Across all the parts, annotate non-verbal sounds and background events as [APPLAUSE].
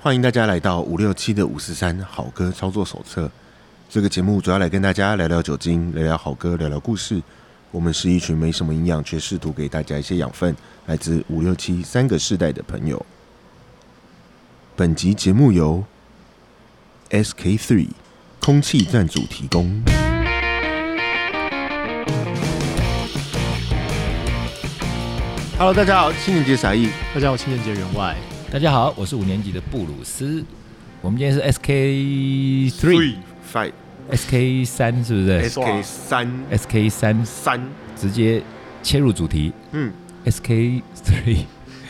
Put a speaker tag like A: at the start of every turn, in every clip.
A: 欢迎大家来到五六七的五四三好歌操作手册。这个节目主要来跟大家聊聊酒精，聊聊好歌，聊聊故事。我们是一群没什么营养，却试图给大家一些养分，来自五六七三个世代的朋友。本集节目由 SK Three 空气赞助提供。Hello，大家好，青年节傻义，
B: 大家好，青年节员外，
C: 大家好，我是五年级的布鲁斯。我们今天是 SK three、
A: five
C: SK 三，是不是
A: SK 三
C: ？SK 三
A: 三，
C: 直接切入主题
A: 嗯，
C: ，SK three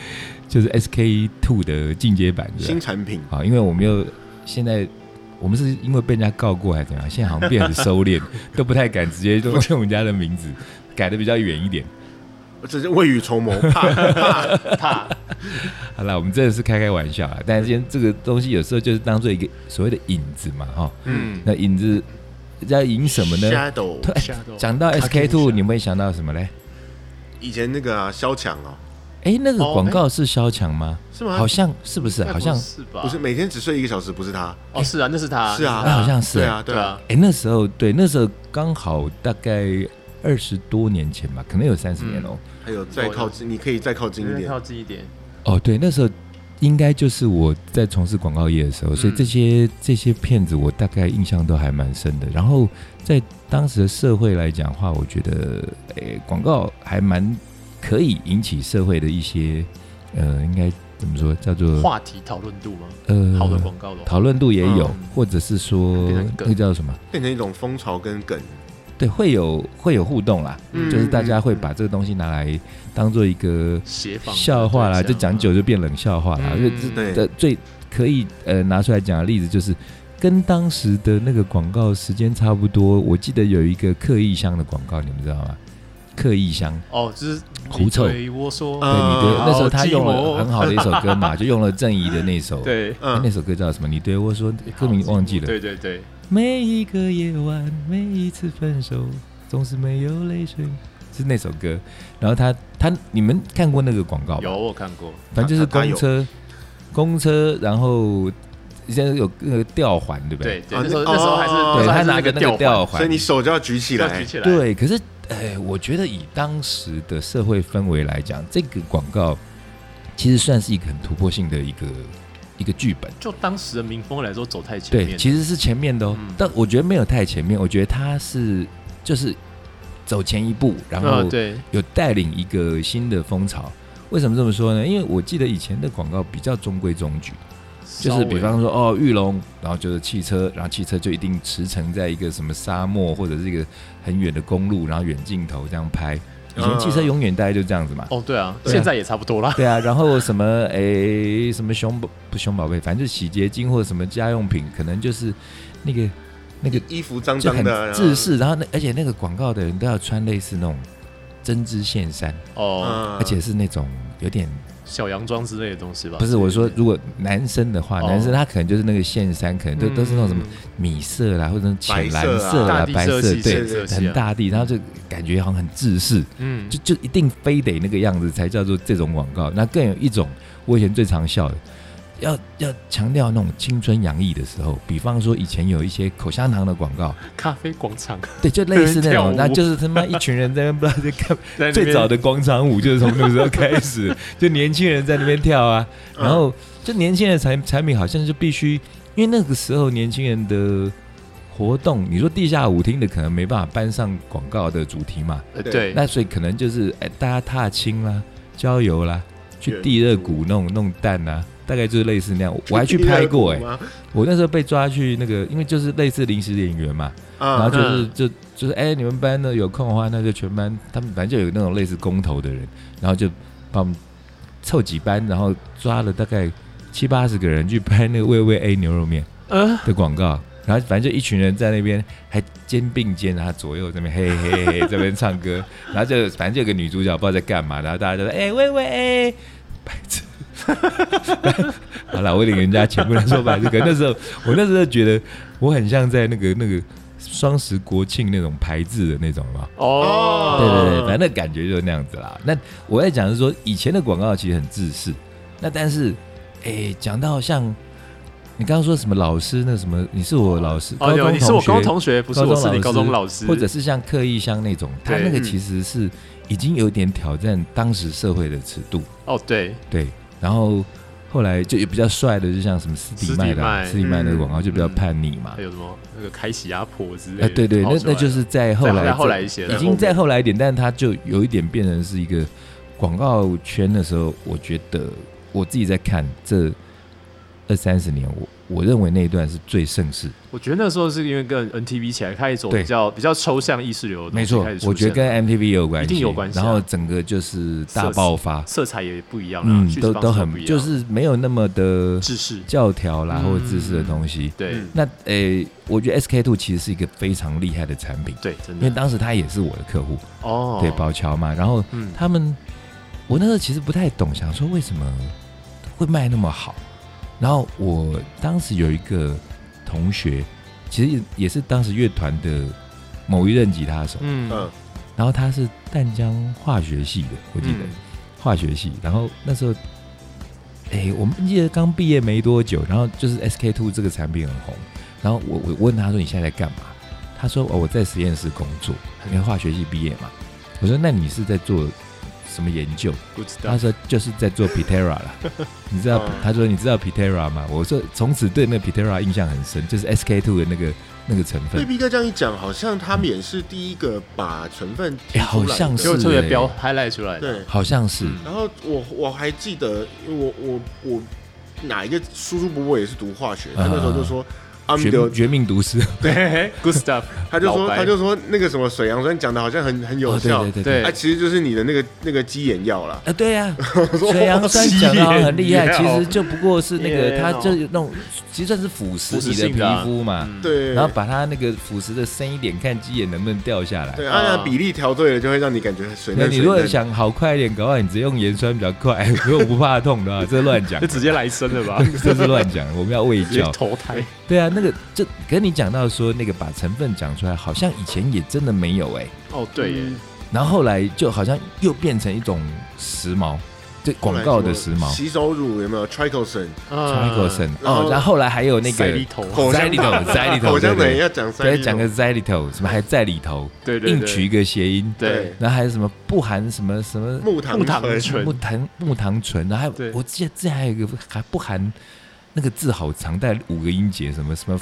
C: [LAUGHS] 就是 SK two 的进阶版，对
A: 新
C: 不对？
A: 产品
C: 好，因为我们又现在我们是因为被人家告过还是怎么样，现在好像变得很收敛， [LAUGHS] 都不太敢直接用人家的名字，改的比较远一点。
A: 这是未雨绸
C: [LAUGHS]
A: 缪，怕怕怕，
C: 好啦，我们真的是开开玩笑啊，但是今天这个东西有时候就是当做一个所谓的引子嘛，哈、
A: 嗯，
C: 那影子要影什么呢？
A: ？Shadow，
C: 对
B: 吓到
C: 讲到
B: 卡丁
C: SK
B: 一
C: Two，
B: 下
C: 你们会想到什么嘞？
A: 以前那个啊，萧强啊，
C: 哎，那个
A: 哦
C: 广告是萧强吗？
A: 是吗
C: 好像是不是？
B: 那
C: 好
B: 不
C: 像哎
B: 是吧？
A: 哦哎不是每天只睡一个小时，不是他，
B: 哦，是啊，那是他，
A: 是啊
B: 那
C: 好像是
A: 对啊，
B: 对啊，，
C: 哎，那时候对，那时候刚好大概二十多年前吧，可能有三十年哦。
A: 还有再靠近，你可以再靠近一
B: 你靠
A: 点，
B: 近一点，
C: 哦，对，那时候应该就是我在从事广告业的时候，所以这些、这些片子我大概印象都还蛮深的。然后在当时的社会来讲的话，我觉得诶，广告还蛮可以引起社会的一些呃，应该怎么说叫做
B: 话题讨论度吗？
C: 呃
B: 好的广告的话，
C: 讨论度也有，
B: 嗯
C: 或者是说
B: 变成
C: 那
B: 梗
C: 个叫什么？
A: 变成一种风潮跟梗，
C: 对，会有会有互动啦，
A: 嗯
C: 就是大家会把这个东西拿来当做一个
B: 协防
C: 笑话啦，就讲久就变冷笑话啦。
B: 嗯
C: 就这
A: 对
C: 的最可以呃拿出来讲的例子就是，跟当时的那个广告时间差不多。我记得有一个刻意香的广告，你们知道吗？刻意香，
B: 哦，就是你
C: 狐臭
B: 对我说，
C: 对，
A: 嗯
C: 你对、
A: 啊
C: 那时候他用
B: 好寂寞
C: 了
B: 哦
C: 很好的一首歌嘛，就用了郑怡的那首，哎、
B: 对啊
C: 那
A: 嗯，
C: 首歌叫什么？你对我说，歌名忘记了。
B: 对对对，
C: 每一个夜晚，每一次分手，总是没有泪水，是那首歌。然后他他，你们看过那个广告吧？
B: 有我看过，
C: 反正就是
A: 他他
C: 公车，公车，然后现在有那个吊环，对不
B: 对
C: 对？
B: 对，
A: 啊
B: 那时候
A: 那
B: 那时候还是
A: 哦
B: 那
C: 对
B: 时候
C: 他
B: 还是
C: 拿着
B: 个
C: 那
B: 吊
C: 个吊
B: 环
A: 所
C: 环
A: 以，你手就要举起
B: 要
A: 来
B: 举，起来，，
C: 对。可是，哎，我觉得以当时的社会氛围来讲，这个广告其实算是一个很突破性的一个一个剧本。
B: 就当时的民风来说走太前面
C: 对，
B: 了，
C: 其实是前面的哦，
B: 嗯
C: 但我觉得没有太前面，我觉得他是就是走前一步，然后
B: 嗯对，
C: 有带领一个新的风潮。为什么这么说呢？因为我记得以前的广告比较中规中矩，就是比方说哦，玉龙，然后就是汽车，然后汽车就一定驰骋在一个什么沙漠或者是一个很远的公路，然后远镜头这样拍。以前汽车永远大概就这样子嘛。
B: 稍微哦对啊，
C: 对啊
B: 现在也差不多啦，
C: 对啊，然后什么诶，什么熊宝不熊宝贝，反正就是洗洁精或者什么家用品，可能就是那个那个
A: 衣服脏
C: 就
A: 脏
C: 很
A: 的，啊
C: 自，式，然后那而且那个广告的人都要穿类似那种针织线衫，
B: 哦，
A: 嗯
C: 而且是那种有点
B: 小洋装之类的东西吧，
C: 不是我说，如果男生的话，
B: 哦
C: 男生他可能就是那个线衫，可能都都是那种什么
B: 嗯
C: 米色啦，或者那种浅蓝色
A: 白色
C: 啦
B: 大、地
C: 呃白
B: 色
C: 色，
B: 系、
C: 对
B: 深，色系
C: 很
B: 啊，
C: 大地，然后就感觉好像很自式，
B: 嗯，
C: 就就一定非得那个样子才叫做这种广告。那更有一种，我以前最常笑的，要要强调那种青春洋溢的时候，比方说以前有一些口香糖的广告，
B: 咖啡广
C: [LAUGHS]
B: 场
C: 对，就
B: [LAUGHS]
C: 类似那
B: 跳舞
C: 种，那就是他妈一群人在那边不知道在干嘛
B: 在那边
C: 最早的广场舞就是从那个时候开始，就年轻人在那边跳啊，
A: 嗯
C: 然后就年轻人的产产品好像就必须，因为那个时候年轻人的活动，你说地下舞厅的可能没办法搬上广告的主题嘛，
B: 呃
A: 对
B: 对，
C: 那所以可能就是哎大家踏青啦、郊游啦，去
A: 远
C: 地热
A: 足
C: 谷弄弄蛋啊，大概就是类似那样，我还去拍过哎、
A: 啊，
C: 我那时候被抓去那个，因为就是类似临时演员嘛，然后
A: 嗯
C: 就是就就是哎、你们班呢有空的话，那就全班他们反正就有那种类似公投的人，然后就把我们凑几班，然后抓了大概七八十个人去拍那个味味 A 牛肉面
B: 呃，
C: 的广告，然后反正就一群人在那边还肩并肩，然后左右这边嘿嘿嘿这边唱歌，然后就反正就有个女主角不知道在干嘛，然后大家就说哎味味 A，白痴。 [LAUGHS] 好了，我领人家钱不能说白痴，可那时候我那时候觉得我很像在那个那个双十国庆那种排字的那种嘛。
B: 哦，
C: 对对对，
A: 嗯
C: 反正那感觉就是那样子啦。那我在讲是说，以前的广告其实很自私，那但是，哎，讲到像你刚刚说什么老师？那什么，你是我老师，
B: 哦，
C: 高
B: 有
C: 中
B: 你是我高
C: 学
B: 中同学，不是我是你高中老师，
C: 或者是像刻意香那种，他
B: 对
C: 那个
B: 嗯
C: 其实是已经有点挑战当时社会的尺度，
B: 哦对，
C: 对。然后后来就也比较帅的，就像什么斯迪麦的啊斯
B: 斯
C: 迪
B: 迪麦
C: 麦那
B: 嗯
C: 个广告就比较叛逆嘛
B: 还，啊有什么那个开喜鸭婆之类
C: 啊
B: 的，
C: 对对，那
B: 跑出来
C: 那就是在后
B: 再
C: 来
B: 后来一些的
C: 已经在后来一点，但他就有一点变成是一个广告圈的时候，我觉得我自己在看这二三十年，我我认为那一段是最盛世。
B: 我觉得那时候是因为跟 NTV 起来，开始走
C: 对
B: 比较比较抽象意识流的东
C: 没
B: 西
C: 错
B: 开始，出
C: 我觉得
B: 现了
C: 跟 MTV 也有关系，
B: 一定有关系啊
C: 然后整个就是大爆发，
B: 色彩也不一样啦，
C: 嗯，
B: 叙事
C: 都
B: 啊方式
C: 都
B: 不一
C: 很
B: 样
C: 就是没有那么的
B: 制式，
C: 教条啦，
B: 嗯
C: 或者知识的东西。
B: 对、
A: 嗯
C: 那诶、我觉得 SK two 其实是一个非常厉害的产品，
B: 对，真
C: 因为
B: 的
C: 当时他也是我的客户，
B: 哦，
C: 对宝乔嘛。然后
B: 嗯，
C: 他们，我那时候其实不太懂，想说为什么会卖那么好。然后我当时有一个同学，其实也也是当时乐团的某一任吉他手，
B: 嗯
A: 嗯，
C: 然后他是淡江化学系的，我记得、
B: 嗯
C: 化学系。然后那时候，哎、我们记得刚毕业没多久，然后就是 SK two 这个产品很红。然后我我我问他说你现在在干嘛？他说哦我在实验室工作，因为化学系毕业嘛。我说那你是在做什么研究？
B: 不知道
C: 他，说就是在做 Pitera
A: [LAUGHS]
C: 啦。你知道
A: 嗯
C: 他说你知道 Pitera 吗？我说从此对那 Pitera 印象很深，就是 SK two 的那个那个成
A: 对
C: 分。
A: B 哥这样一讲，好像他们也是第一个把成分提
C: 哎好
A: 出来
C: 像
A: 的
C: 是
B: 就特别
C: 欸
B: 标 highlight 出来的，
A: 对。
C: 好像是，
A: 然后我我还记得，因为我我我哪一个叔叔伯伯也是读化学，他那时候就说。啊，
C: 绝
A: 对，
C: 绝命毒师，
B: 对 good stuff，
A: 他就说
B: 老白
A: 他就说那个什么水杨酸讲的好像很很有
C: 哦对
A: 效，
C: 对对
B: 对
A: 啊，其实就是你的那个那个鸡眼药啦。
C: 啊，对
B: [LAUGHS]
C: 呀、
A: 我说
C: 水杨酸讲的好像很厉害，
B: 洗
C: 其
B: 脸
C: 实就不过是那个，
A: 耶
C: 它就是那种，其实算是腐
B: 腐
C: 蚀
B: 蚀
C: 你的
B: 性的啊
C: 皮肤嘛，
B: 嗯，
A: 对，
C: 然后把它那个腐蚀的深一点，看鸡眼能不能掉下来
A: 对，。
B: 啊
A: 按、啊、比例调对了，就会让你感觉水
C: 那
A: 嫩
C: 你
A: 水
C: 如果
A: 嫩。
C: 想好快一点，搞不好你直接用盐酸比较快。 [LAUGHS] 如果不怕痛的话，这乱讲
B: 就，直接来生了吧，
C: 这是乱讲，我们要喂
B: 直接
C: 教。
B: 投胎，
C: 对啊，那个这跟你讲到说那个把成分讲出来，好像以前也真的没有哎、
B: 哦对耶，
C: 然后后来就好像又变成一种时髦，对广告的时髦。
A: 洗手乳有没有 trichosan？
C: 穿一口
B: 神，
C: 绳哦，然后后来还有嗯那个
B: 塞里头，
A: 口香糖
C: Xylitol，Xylitol，
A: 口香
C: 对
A: 糖
C: 哎对
A: 也要讲
C: 再
A: Xylitol
C: 讲个 z y l i t o 什么还在里头，
B: 对对对
C: 硬取一个谐音，
B: 对
C: 然后还有什么不含什么什么
A: 木糖
B: 木糖
A: 醇
B: 醇
C: 木糖木糖醇，然后还
B: 对
C: 有我记得之前还有一个还不含那个字好长，带五个音节，什么什么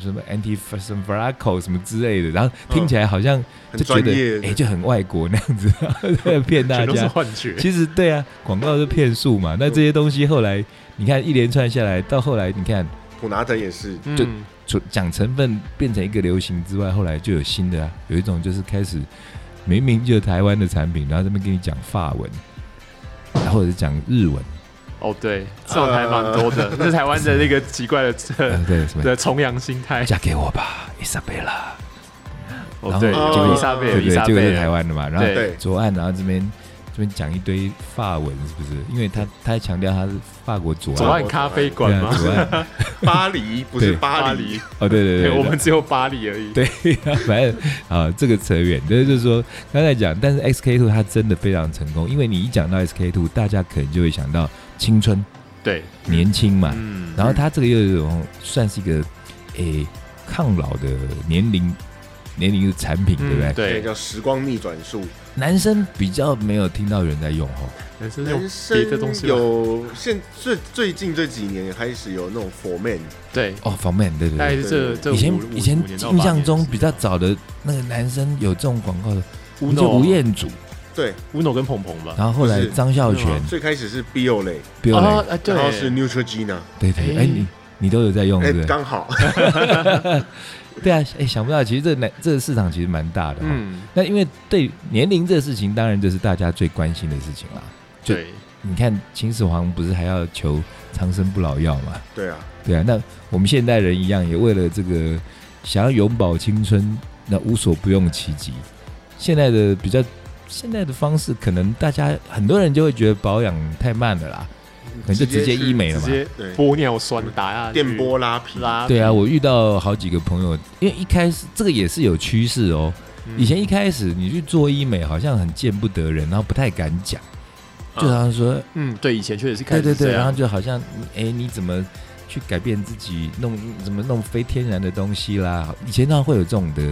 C: 什么 anti 什么 fraco 什么之类的，然后听起来好像
A: 很
C: 就觉
A: 专
C: 得
A: 业。
C: 哎、就很外国那样子， [LAUGHS] 然后在骗大
B: 全都是
C: 家。
B: 幻觉， [LAUGHS]
C: 其实对啊，广告是骗术嘛。那这些东西后来你看一连串下来，到后来你看
A: 普拿藤也是，
B: 嗯
C: 就除讲成分变成一个流行之外，后来就有新的啊，有一种就是开始明明就是台湾的产品，然后这边跟你讲法文，然后或者是讲日文，
B: 哦对，这种还蛮多的，这是台湾的那个奇
C: [LAUGHS]
B: 怪的
C: 呃，对，什么
B: 的崇洋心态，
C: 嫁给我吧，伊莎贝拉，
B: 哦对，
C: 然后
B: 就伊莎贝尔，
C: 对
B: 伊
C: 对，
B: 莎
C: 这个
B: 贝
C: 是台
B: 尔，
C: 湾的嘛，然后
A: 对，
C: 左岸，然啊后这边。这边讲一堆法文是不是？因为他他还强调他是法国左
B: 左
C: 岸，
B: 岸咖啡馆
C: 对
B: 吗
C: 啊，？左岸，
A: 巴黎不是
C: 对
A: 巴黎，
B: 黎，
C: 哦，对对
B: 对，
C: 对，
B: 我们只有巴黎而已。
C: [LAUGHS] 对，反正啊，这个扯远，但是就是说刚才讲，但是 SK two 它真的非常成功，因为你一讲到 SK two，大家可能就会想到青春、
B: 对，
C: 年轻嘛，
B: 嗯
C: 然后它这个又有一种算是一个诶抗老的年龄年龄的产品，对不对？
A: 那个
B: 嗯对，
A: 叫时光逆转术。
C: 男生比较没有听到有人在用哦，
B: 人生
A: 男
B: 有
A: 生
B: 别的东西吗
A: 有现最最近这几年也开始有那种 for man，
B: 对，
C: 哦，防面对不
B: 大概
C: 对？
B: 是这这
C: 以前
B: 五五
C: 以前
B: 五年到
C: 印
B: 八
C: 象
B: 年
C: 中比较早的那个男生有这种广告的，
B: 乌
C: 就
B: 诺
C: 吴彦祖，
A: 对，
B: 乌诺跟鹏鹏吧。
C: 然后后来
A: 不是
C: 张孝
B: 啊是
C: 全
B: 吗、
A: 最开始是 Biolay，
C: b i l
B: 啊，哎对，
A: 然后是 Neutrogena，
C: 对对，
B: 哎
C: 哎、你你都有在用
A: 哎
C: 是不，是？
A: 刚好
C: 对啊，哎、想不到，其实这南这个市场其实蛮大的、嗯，
B: 嗯，
C: 那因为对年龄这个事情，当然这是大家最关心的事情啦。就
B: 对，
C: 你看秦始皇不是还要求长生不老药嘛？
A: 对啊，
C: 对啊，那我们现代人一样，也为了这个想要永葆青春，那无所不用其极。现在的比较现在的方式，可能大家很多人就会觉得保养太慢了啦，可能就直接
A: 去
C: 医美了
B: 直
C: 嘛。
B: 接
A: 对
B: 玻尿酸打下去
A: 电波拉皮，
B: 拉，
C: 对啊，我遇到好几个朋友，因为一开始这个也是有趋势哦。
B: 嗯
C: 以前一开始你去做医美，好像很见不得人，然后不太敢讲，就好像说，
B: 嗯，对，以前确实是开
C: 对
B: 始
C: 对
B: 是这
C: 对，然后
B: 样，
C: 就好像，哎，你怎么去改变自己，弄什么弄非天然的东西啦。以前呢会有这种的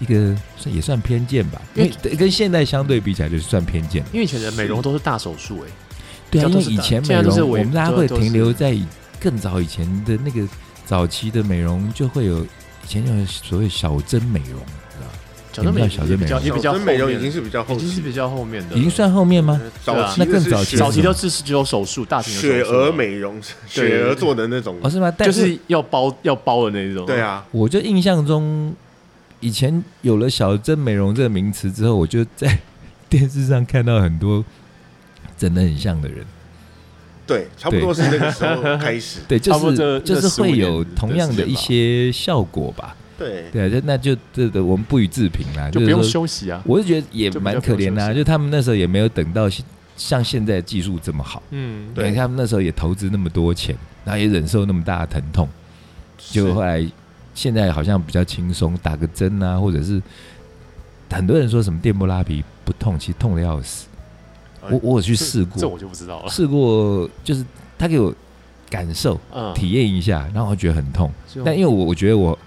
C: 一个算也算偏见吧，因
B: 对
C: 为跟现在相对比起来就是算偏见。
B: 因为以前的美容都是大手术，哎，
C: 对啊，
B: 比
C: 因
B: 较
C: 为
B: 都是
C: 以
B: 大
C: 前美
B: 现在都
C: 容
B: 是
C: 我
B: 微
C: 们大家
B: 都
C: 会
B: 都是
C: 停留在更早以前的那个早期的美容，就会有以前有所谓小针美容，你知道吗
B: 小针美
C: 小针
B: 比较
A: 小
B: 也比较
C: 美容
B: 后
A: 针美容已
B: 面，
A: 经是比较后
B: 已经是
A: 期，
B: 比较后面的，
C: 已经算后面吗？
B: 对
A: 早
B: 啊
A: 期
C: 那更
A: 的是
C: 早期
A: 雪
B: 早期都是只有手术，大型的
A: 雪
B: 手术
A: 儿
B: 嘛，
A: 美容，
B: 对
A: 雪儿做的那种，
C: 哦，是吗？但
B: 就是是要包要包的那种，
A: 对，啊，
C: 我就印象中，以前有了“小镇美容”这个名词之后，我就在电视上看到很多整的很像的人，，
A: 对，差不多是那个时候开始
C: 对，就
B: 差不多
C: 是
B: 这
C: 就
B: 这
C: 是会
B: 15
C: 有
B: 年
C: 同样
B: 的时
C: 的
B: 间
C: 一
B: 吧
C: 些效果吧。
A: 对，
C: 对啊，就那就这个我们不予置评啦，
B: 就是不用
C: 说
B: 休息啊，
C: 我是觉得也
B: 就比
C: 蛮
B: 较
C: 可
B: 不
C: 怜
B: 用
C: 的、啊，
B: 休息
C: 就他们那时候也没有等到现像现在技术这么好，
B: 嗯，
A: 对
C: 因为他们那时候也投资那么多钱，然后也忍受那么大的疼痛，结果后来现在好像比较轻松，打个针啊，或者是很多人说什么电波拉皮不痛，其实痛的要死。
A: 哎
C: 我我有去试
B: 这
C: 过，
B: 我就不知道了，
C: 试过就是他给我感受
B: 嗯，
C: 体验一下，然后我觉得很痛，
B: 就
C: 但因为我我觉得我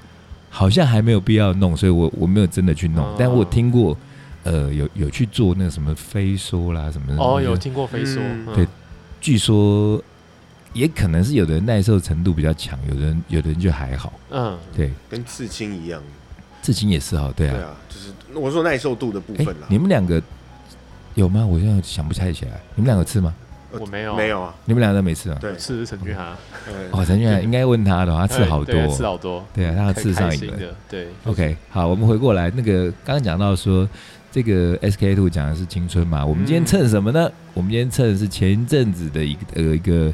C: 好像还没有必要弄，所以我我没有真的去弄。
B: 哦
C: 但我听过，呃，有有去做那个什么飞梭啦什么的
B: 哦有，听过飞梭，
A: 嗯
B: 嗯
C: 对据说也可能是有的人耐受程度比较强，有的人有的人就还好。
B: 嗯，
C: 对，
A: 跟刺青一样，
C: 至今也是哈，对
A: 对
C: 啊。
A: 啊，就是我说耐受度的部
C: 哎、
A: 分啦
C: 你，们两个有吗？我现在想不太起来。你们两个吃吗？
A: 呃
B: 我没有
A: 没有啊，
C: 你们两个都没吃啊？
A: 对，
B: 是陈俊涵，
A: 呃
C: 哦，陈俊然应该问他的哦，他吃好多
B: 哎对
C: 哦，
B: 吃好多，
C: 对啊，他吃
B: 很
C: 上
B: 开
C: 瘾
B: 心
C: 了。
B: 的，对，
C: OK，好，我们回过来，那个刚刚讲到说，这个 SK two 讲的是青春嘛，我们今天
B: 嗯
C: 蹭什么呢？我们今天蹭的是前一阵子的一个呃一个，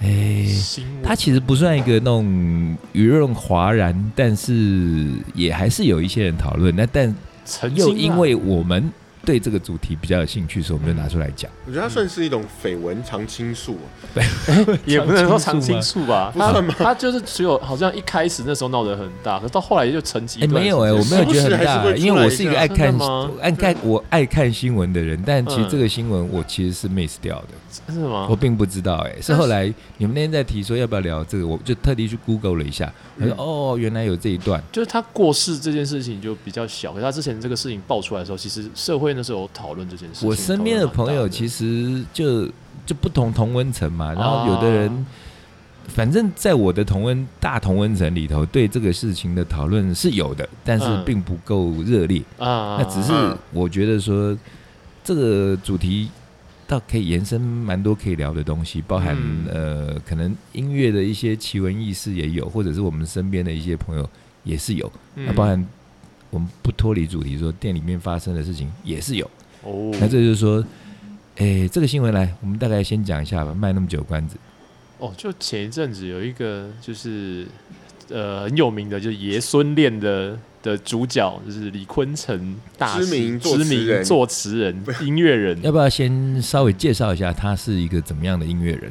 C: 哎、
B: 新闻
C: 它其实不算一个那种舆论哗然，但是也还是有一些人讨论。那但
B: 曾经啊
C: 又因为我们对这个主题比较有兴趣，所以我们就拿出来
A: [LAUGHS]
C: 讲。
A: 我觉得它算是一种绯闻常青树，啊
C: 嗯
B: 也不能说常青树吧，
A: 不算吗
B: 他就是只有好像一开始那时候闹得很大，可是到后来就沉寂
C: 哎、
B: 一段
C: 没
B: 时间。
C: 有哎、我没有觉得
A: 时
C: 很大、
A: 不时还是会出来一下
C: 因为我是一个爱看
B: 真的吗
C: 爱
A: 嗯
C: 看我爱看新闻的人，但其实
B: 嗯
C: 这个新闻我其实是 miss 掉的。
B: 真的
A: 嗯
B: 吗？
C: 我并不知道、哎，是后来你们那天在提说要不要聊这个，我就特地去 Google 了一下，我
A: 嗯
C: 说、哦，原来有这一段，
B: 就是他过世这件事情就比较小，可是他之前这个事情爆出来的时候，其实社会那时候有讨论这件事情。
C: 我身边的朋友其
B: 实
C: 实就就不同同温层嘛，然后有的人，
B: 啊
C: 反正在我的同温大同温层里头，对这个事情的讨论是有的，但是
B: 嗯
C: 并不够热烈。
B: 啊，
C: 那只是
A: 嗯
C: 我觉得说这个主题倒可以延伸蛮多可以聊的东西，包含、
B: 嗯
C: 呃可能音乐的一些奇闻异事也有，或者是我们身边的一些朋友也是有，
B: 啊
C: 那
B: 嗯
C: 包含我们不脱离主题说店里面发生的事情也是有，
B: 哦，
C: 那这就是说。哎，这个新闻来，我们大概先讲一下吧，卖那么久关子。
B: 哦，就前一阵子有一个就是呃很有名的，就是爷孙恋的。的主角就是李坤城，大师
A: 知名作
B: 知
A: 词
B: 名
A: 人
B: 作词人、音乐人，
C: 要不要先稍微介绍一下他是一个怎么样的音乐人？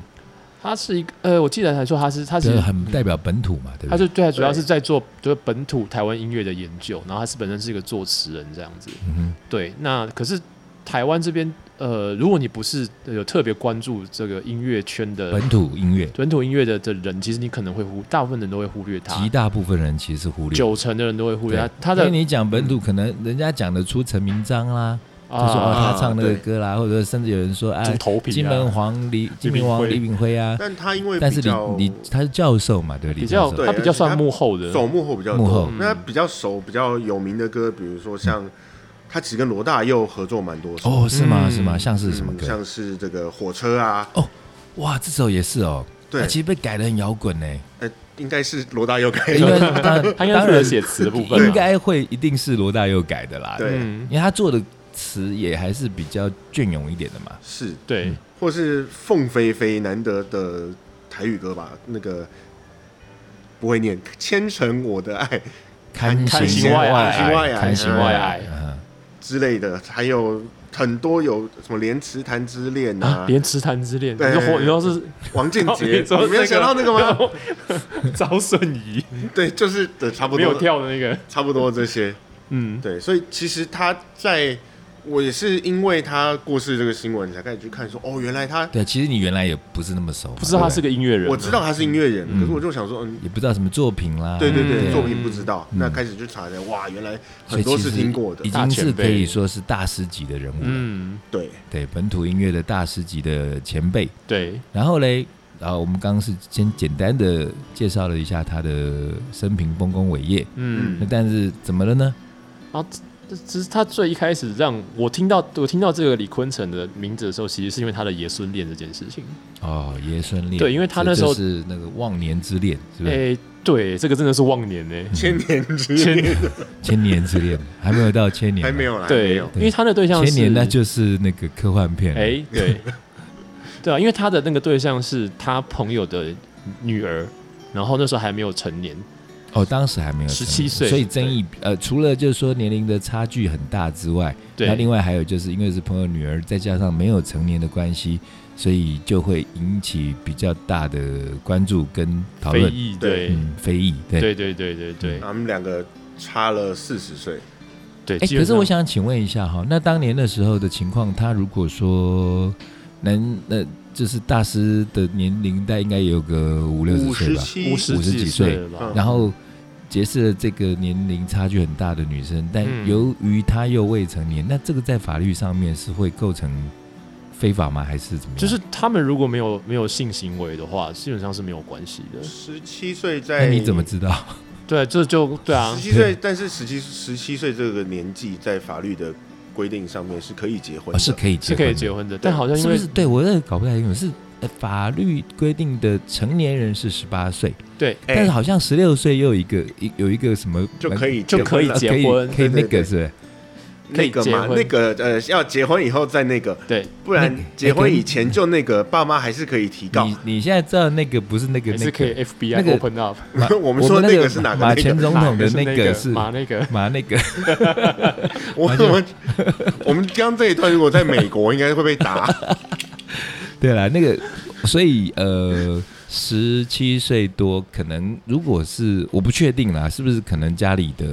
B: 他是一个呃，我记得还说他是他
C: 就是是很代表本土嘛，对不
B: 他
C: 对？
B: 就对，他主要是在做就是本土台湾音乐的研究，然后他是本身是一个作词人这样子。
C: 嗯
B: 对，那可是台湾这边呃，如果你不是呃有特别关注这个音乐圈
C: 哼，
B: 的
C: 本土音乐，
B: 本土音乐的的人，其实你可能会忽大部分人都会忽略他
C: 极，大部分人其实是忽略的。
B: 九成的人都会忽略他他
C: 对。
B: 的
C: 因为你讲本土，可能人家讲得出陈明章啦，就说哦
B: 啊，
C: 他唱那个
A: 对
C: 歌啦，或者甚至有人说啊，
B: 猪头皮
C: 金
B: 啊
C: 门皇李金门王李炳辉啊，
A: 但它因为
C: 但是
A: 比
C: 李
A: 较
C: 李他是教授嘛，对不对？
B: 比
C: 李教
B: 较
C: 授
A: 对
B: 他比较
A: 而且他
B: 算幕后的，
A: 走幕后比较
C: 幕后
A: 多，
C: 嗯
A: 那他比较熟、比较有名的歌，比如说像他其实跟罗大佑合作蛮多首，
C: 哦，是吗？
B: 嗯
C: 是吗？像
A: 嗯
C: 是什么歌？
A: 像是这个火车啊，
C: 哇，这首也是哦。
A: 对
C: 啊其实被改的很摇滚呢，
A: 呃，应该是罗大佑改
C: [LAUGHS] 因
A: [LAUGHS] 的，
C: 为当然
B: 他应该
C: 当
B: 是有
C: 然
B: 写词的部分啊
C: 应该会一定是罗大佑改的啦，
A: 对
B: 嗯
C: 因为他做的词也还是比较隽永一点的嘛。
A: 是，
B: 对
A: 或是凤飞飞难得的台语歌吧，那个不会念，牵成我的爱
C: 看
A: 看
C: 行
B: 行
C: 外
B: 外
A: 爱
C: 爱，看
A: 看
C: 行
A: 行
B: 外
C: 爱
B: 爱，哎
C: 嗯
A: 之类的，还有很多有什么莲池潭之恋
B: 啊
A: 啊，，
B: 连池潭之恋，你
A: 对
B: 说火你说是
A: 王俊杰，
B: [LAUGHS] 你
A: [LAUGHS]
B: 说
A: 你没有想到那个吗？
B: 吗？ [LAUGHS] 招瞬移
A: 对，就是对，差不
B: 没有
A: 多，
B: 跳的那个，
A: 差不多这些。
B: 嗯，
A: 对，所以其实他在我也是因为他过世这个新闻才开始去看说，哦，原来他
C: 对，其实你原来也不是那么熟嘛，
B: 不知道他
C: 对
B: 是个音乐人，啊
A: 我知道他是音乐人，
C: 嗯
A: 可是我就想说，嗯
C: 对，也不知道什么作品啦，
A: 对对对，
B: 嗯
A: 作品不知道，
C: 嗯
A: 那开始去查的，哇，原来
C: 所
A: 很
C: 以
A: 多
C: 其
A: 是
C: 实
A: 听过的
C: 已，
B: 大
C: 经
B: 前
C: 是可以
B: 辈
C: 说是大师级的人物了，
B: 嗯，
A: 对，
C: 对，本土音乐的大师级的前辈。
B: 对，
C: 然后嘞，啊，我们刚刚是先简单的介绍了一下他的生平丰功伟业，
B: 嗯，
C: 那但是怎么了呢？
B: 然后这只是他最一开始让我听到我听到这个李坤城的名字的时候，其实是因为他的爷孙恋这件事情。
C: 哦，爷孙恋，
B: 对因为他
C: 这
B: 那时候
C: 就是那个忘年之恋，是不是？
B: 哎、对，这个真的是忘年呢、
A: 千年之
B: 千
A: 恋
C: 千年
B: [LAUGHS]
C: 之恋，还没有到千年，
A: 还没。有啦，还没
B: 对
A: 有，
B: 因为他的对象是
C: 千年那就是那个科幻片，
B: 哎、
C: [LAUGHS]
B: 对，对啊，因为他的那个对象是他朋友的女儿，然后那时候还没有成年，
C: 哦，当时还没有成
B: 17岁
C: 所以争议呃，除了就是说年龄的差距很大之外，
B: 对，
C: 那另外还有就是因为是朋友女儿，再加上没有成年的关系，所以就会引起比较大的关注跟讨
B: 非
C: 论，
B: 议，
A: 对嗯
B: 对，
C: 嗯，非议，对。
B: 对对对对对
A: 他们两个差了四十岁，
B: 对。
C: 哎、
B: 基
C: 可
B: 本
C: 是我
B: 上，
C: 想请问一下哈，那当年那时候的情况，他如果说能，那、就是大师的年龄代应该也有个五六十
A: 五
C: 岁
A: 十
C: 吧，
A: 七
B: 五，十
C: 50
B: 几
C: 几岁
B: 了吧？
A: 嗯
C: 然后结识了这个年龄差距很大的女生，但
B: 嗯
C: 由于她又未成年，那这个在法律上面是会构成非法吗？还是怎么样？
B: 就是他们如果没有没有性行为的话，基本上是没有关系的。
A: 十七岁
C: 那
A: 在
C: 你怎么知道？
B: 对，这就对啊
A: 十，七岁，但是十七十七岁这个年纪，在法律的规定上面是可以结婚
C: 哦、
A: 的，
C: 是可以
B: 是
C: 结婚
B: 可
C: 的，
B: 以结婚的，但啊好像因
C: 是不
B: 为
C: 是？对我也搞不太清楚，是呃法律规定的成年人是十八岁，
B: 对
A: 哎
C: 但是好像十六岁又有一个一有一个什么
A: 就可以
B: 就可以
A: 结婚了
B: 结
C: 可以
B: 婚
C: 可以那
A: 对对对
C: 个是不是
B: 可以
A: 那个
B: 结
A: 嘛，
B: 婚
A: 那个呃，要结婚以后再那个，
B: 对，
A: 不然
C: 那个哎
A: 结婚以前就那个，爸妈还是可以提告。 [LAUGHS]
C: 你你现在知道那个不是那个
B: 还
C: 那
B: 是可以
C: 个那
B: FBI
C: 个
B: open up
C: 马，
A: [LAUGHS] 我们说那
C: 那
A: 个是哪个
C: 马
A: 那个
C: 前总统的
B: 那
C: 个是
B: 马那个
C: 马那个，
A: 我
C: 完
A: 怎
C: 全
A: 么？我们 [LAUGHS] 刚刚这一段如果在美国，应该会被
C: [LAUGHS]
A: 打。
C: 对啦，那个，所以呃，十七岁多，可能如果是我不确定啦，是不是可能家里的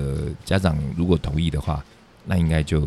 C: 家长如果同意的话，那应该就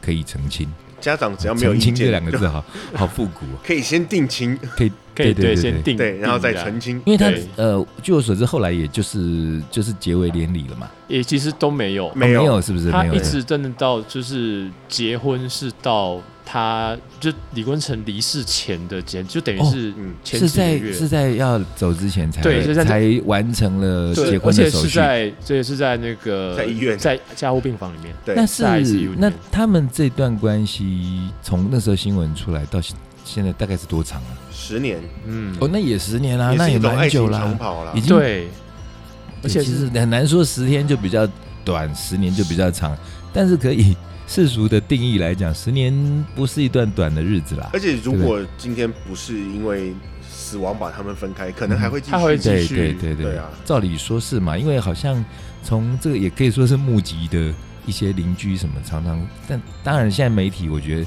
C: 可以成亲。
A: 家长只要没有
C: 澄
A: 意
C: 清这
A: 见，
C: 两个字好，好复古、哦，
A: 可以先定亲，
C: 可以
B: 可以
C: 对
B: 先
C: 对，
B: 定
A: 对，然后再
B: 定啊下
A: 澄清。
C: 因为他
B: 对
C: 呃，据我所知，后来也就是就是结为连理了嘛，
B: 也其实都没有，
A: 没
C: 哦没
A: 有，
C: 有是不是？
B: 他
C: 没有
B: 一直真的到就是结婚是到他就李坤城离世前的前，就等于
C: 哦
B: 是
A: 嗯
B: 前
C: 是
B: 几个
C: 在
B: 月，
C: 是在要走之前才
B: 对是在
C: 才完成了
B: 对
C: 呃结
B: 而
C: 婚
B: 且
C: 的手
B: 是
C: 续。
B: 在这也是在那个
A: 在医院
B: 在加护病房里面，
A: 对
C: 那是
B: 在 ICU 里面
C: 那他们这段关系从那时候新闻出来到现现在大概是多长啊？
A: 十年
B: 嗯，
C: 哦，那也十年啦、
A: 也
C: 那
A: 是一种
C: 蛮
A: 爱
C: 久啊
A: 情
C: 啦、
A: 长跑啦
C: 已。经
B: 对，而且
C: 其
B: 是
C: 实很难说十天就比较短，十年就比较长，但是可以 [LAUGHS] 世俗的定义来讲，十年不是一段短的日子啦
A: 而。且如果今天不是因为死亡把他们分开，可能还会继
B: 嗯他会
A: 续。
B: 继
C: 对
B: 续
C: 对对对
A: 对啊
C: 照理说是嘛，因为好像从这个也可以说是目击的一些邻居什么，常常，但当然现在媒体我觉得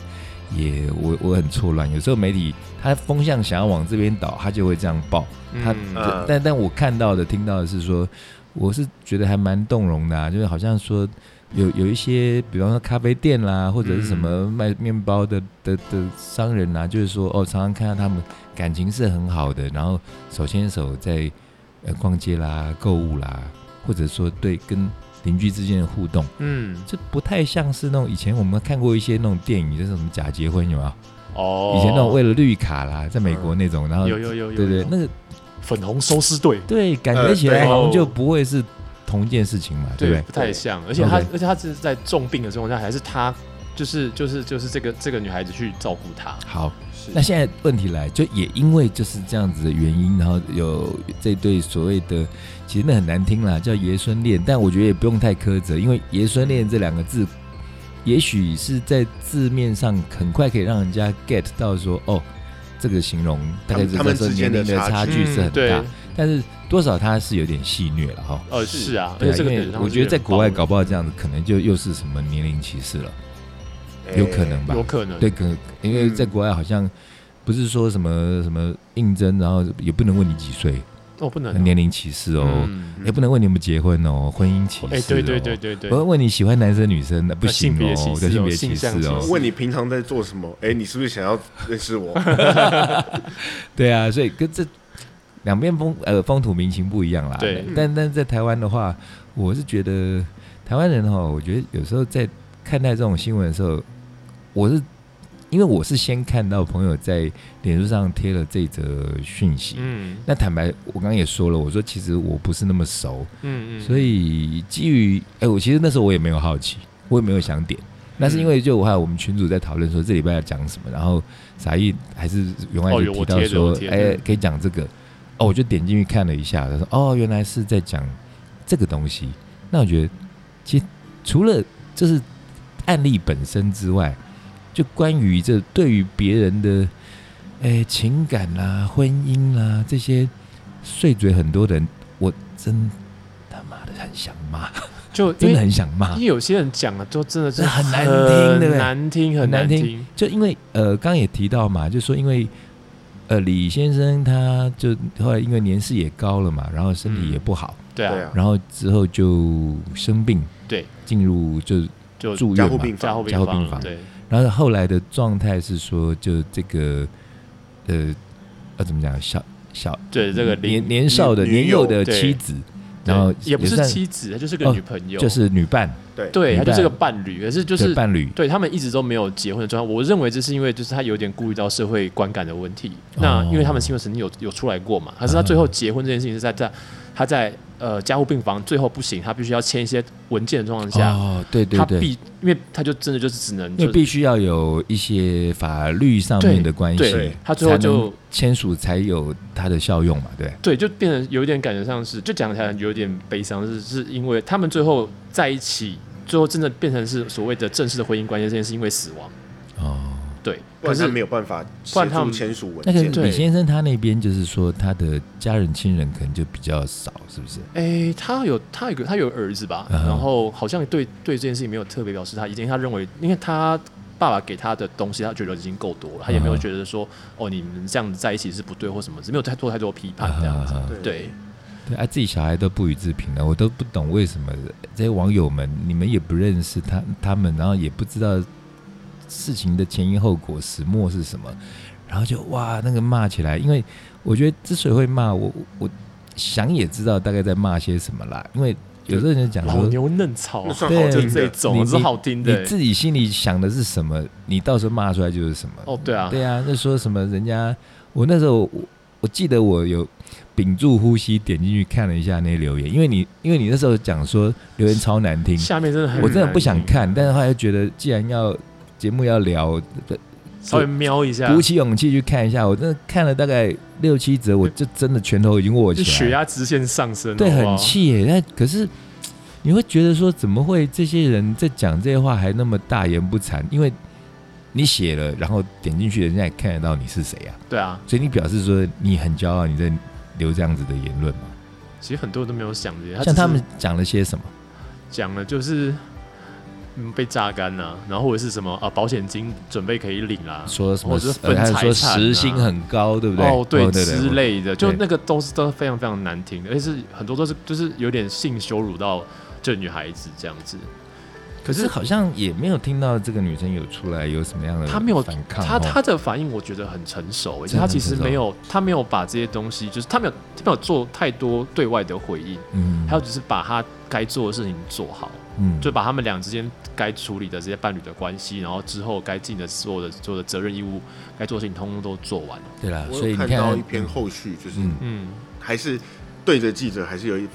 C: 也我我很错乱，有时候媒体他风向想要往这边倒，他就会这样报，他
B: 嗯
A: 呃
C: 对但但我看到的、听到的是说，我是觉得还蛮动容的、啊，就是好像说有有一些，比方说咖啡店啦，或者是什
B: 嗯
C: 么卖面包的的的商人啊，就是说哦，常常看到他们感情是很好的，然后手牵手在呃逛街啦、购物啦，或者说对跟邻居之间的互动，
B: 嗯
C: 这不太像是那种以前我们看过一些那种电影，就是什么假结婚有没有？
B: 哦，嗯
C: 以前那种为了绿卡啦，在美国那种，然后
B: 有有有有
C: 对对
B: 有，
C: 那个
B: 粉红收尸队。
C: 对，感觉
A: 呃
C: 起
B: 对
C: 来好
B: 哦
C: 像就不会是同件事情嘛，对不
B: 对，
C: 对？
B: 不太
A: 对
B: 像，而且他
C: OK
B: 而且他只是在重病的状况下，还是他就是就是就是这个这个女孩子去照顾他，
C: 好，
A: 是
C: 那现在问题来，就也因为就是这样子的原因，然后有这对所谓的，其实那很难听啦，叫爷孙恋，但我觉得也不用太苛责，因为爷孙恋这两个字，也许是在字面上很快可以让人家 get 到说，哦，这个形容大概
A: 他们他
C: 就是
A: 们
C: 说
A: 之间
C: 年
A: 的
C: 龄的
A: 差
C: 差
A: 距
C: 距是很
B: 对，
C: 大，但是多少它是有点戏谑了哈。
B: 呃，
A: 是
B: 是啊，而
C: 对
B: 且
C: 啊，
B: 这个
C: 因为
B: 点上
C: 我
B: 是
C: 觉得
B: 有
C: 在
B: 点
C: 国外
B: 暴
C: 搞不好这样子，可能就又是什么年龄歧视了，
A: 哎
C: 有可能吧
B: 有？可能，
C: 对，可因为在
A: 嗯
C: 国外好像不是说什么什么应征，然后也不能问你几岁，
B: 哦，不能
C: 那
B: 哦
C: 年龄歧视哦，
B: 嗯
C: 也不能问你有没有结婚哦，婚姻歧视。
B: 哎，对对对。
C: 哦
B: 对对
C: 我，要问你喜欢男生女生的不
B: 啊
C: 行
B: 性别歧
C: 哦，
B: 视
C: 对
B: 哦
C: 性别
B: 性
C: 歧视
B: 向歧
C: 哦
B: 视，
A: 问你平常在做什么？哎、你是不是想要认识
B: [LAUGHS]
A: 我？
B: 啊
C: 对啊，所以跟这两边风呃风土民情不一样啦。
B: 对
C: 但但在台湾的话，我是觉得台湾人哈，我觉得有时候在看待这种新闻的时候，我是因为我是先看到朋友在脸书上贴了这则讯息。
B: 嗯
C: 那坦白，我刚刚也说了，我说其实我不是那么熟，
B: 嗯嗯，
C: 所以基于哎、我其实那时候我也没有好奇，我也没有想点，那是因为就我还有我们群主在讨论说这礼拜要讲什么，然后傻义还是永远
B: 哦
C: 就
B: 有
C: 提
B: 我
C: 到
B: 贴的
C: 说
B: 我，贴的
C: 哎、可以讲这个，哦，我就点进去看了一下，他说哦，原来是在讲这个东西，那我觉得其实除了就是案例本身之外，就关于这对于别人的哎情感啦、婚姻啦这些碎嘴很多的人，我真他妈的很想骂，
B: 就因
C: 真的
B: 为
C: 很想骂
B: 因为。有些人讲的都真的是
C: 很难听对不对
B: 很难听，很
C: 难
B: 难
C: 听
B: 听。
C: 就因为呃，刚刚也提到嘛，就说因为呃李先生他就后来因为年事也高了嘛，然后身体也不好，
B: 对
A: 对
B: 啊
A: 啊，
C: 然后之后就生病，
B: 对，
C: 进入就
B: 就
C: 住
A: 加
C: 院
A: 护
C: 嘛
A: 病。
B: 加护
A: 房，
C: 加护病
B: 病
C: 房
B: 房，对，
C: 然后后来的状态是说，就这个呃要怎么讲，小小
B: 对这个
C: 嗯年
B: 邻
C: 年少的
A: 女
C: 年幼的
B: 对
C: 妻子，
B: 对
C: 然后
B: 也不是
C: 算
B: 妻子，她就是
C: 哦
B: 个女朋友，
C: 就是女伴，
A: 对
B: 对，
C: 女
B: 她就是
C: 伴
B: 个伴侣，可是就
C: 对
B: 是
C: 伴侣，
B: 对他们一直都没有结婚的状态，我认为这是因为就是他有点顾虑到社会观感的问题。
C: 哦
B: 那因为他们新闻曾经有有出来过嘛，可是他最
C: 嗯
B: 后结婚这件事情是在在他在呃加护病房最后不行，他必须要签一些文件的状况下，
C: 哦，对对
B: 他必
C: 对，
B: 因为他就真的就是只能
C: 因
B: 就
C: 为必须要有一些法律上面的关系
B: 对，他最后
C: 才能
B: 就
C: 签署才有它的效用嘛，对。
B: 对就变成有一点感觉上是就讲起来有点悲伤，是是因为他们最后在一起，最后真的变成是所谓的正式的婚姻关系，这件事是因为死亡。
C: 哦，
B: 对，
A: 不
B: 可
A: 然他
B: 是
A: 没有办法
B: 不
A: 协
B: 然他
A: 助
B: 们
A: 签署文
C: 那个
A: 件。
B: 对
C: 李先生他那边就是说他的家人亲人可能就比较少，是不是？
B: 诶，他有他有个他有儿子吧，
C: 嗯哼
B: 然后好像对对这件事情没有特别表示他意见，因为他认为，因为他爸爸给他的东西，他觉得已经够多了，他也没有
C: 嗯哼
B: 觉得说、哦你们这样子在一起是不对或什么，只没有太多太多批判
C: 啊
B: 这样子。
A: 对
B: 对，
C: 对啊，自己小孩都不予置评了，我都不懂为什么这些网友们，你们也不认识他他们，然后也不知道事情的前因后果、始末是什么，然后就哇那个骂起来，因为我觉得之所以会骂我，我我想也知道大概在骂些什么啦，因为有时候人家讲
B: 老
C: 说。
B: 牛嫩草、
A: 那
B: 啊，
A: 算
C: 嗯 [LAUGHS] 对
A: 好
B: 就
A: 听
B: 这
A: 的，
B: 种
C: 你
B: 是好听的、
C: 你自己心里想的是什么，你到时候骂出来就是什么。
B: 哦，对啊，
C: 对啊，那说什么人家，我那时候我我记得我有屏住呼吸点进去看了一下那些留言，因为你因为你那时候讲说留言超难听，
B: 下面真的很
C: 我真的
B: 难
C: 不想
B: 听，
C: 看，但是后来又觉得既然要节目要聊，
B: 稍微瞄一下
C: 鼓，起勇气去看一下，我真的看了大概六七折，我就真的拳头已经握
B: 就
C: 起
B: 血
C: 来了，
B: 压直线上升，
C: 对，
B: 好不好
C: 很啊气耶。但可是你会觉得说，怎么会这些人在讲这些话还那么大言不惭？因为你写了，然后点进去，人家也看得到你是谁啊。
B: 对啊，
C: 所以你表示说你很骄傲，你在留这样子的言论嘛？
B: 其实很多人都没有想这些，
C: 像
B: 只
C: 他
B: 是
C: 们讲了些什么？
B: 讲了就是嗯被榨干了、然后或者是什么啊，保险金准备可以领啦、
C: 说什么
B: 或者是？
C: 呃
B: 分
C: 他
B: 财产、
C: 说时薪很高，对不对？
B: 哦，对
C: 对
B: 之
C: 对。
B: 类的，就
C: 对
B: 那个都是都是非常非常难听的，而且是很多都是就是有点性羞辱到这女孩子这样子。
C: 可是好像也没有听到这个女生有出来有什么样的
B: 她没有
C: 反抗
B: 她
C: 哦，
B: 她的反应我觉得很成熟，而且
C: 真的
B: 她其
C: 很
B: 实
C: 成熟
B: 没有她没有把这些东西，就是她没有她没有做太多对外的回应，
C: 嗯
B: 还有只是把她该做的事情做好。
C: 嗯
B: 就把他们俩之间该处理的这些伴侣的关系，然后之后该尽的所有的所有的责任义务，该做的事情通通都做完了。
C: 对啦，
A: 我
C: 所
A: 有
C: 以你
A: 看
C: 看
A: 到一篇后续，就是
C: 嗯
B: 嗯，
A: 还是对着记者，还是有一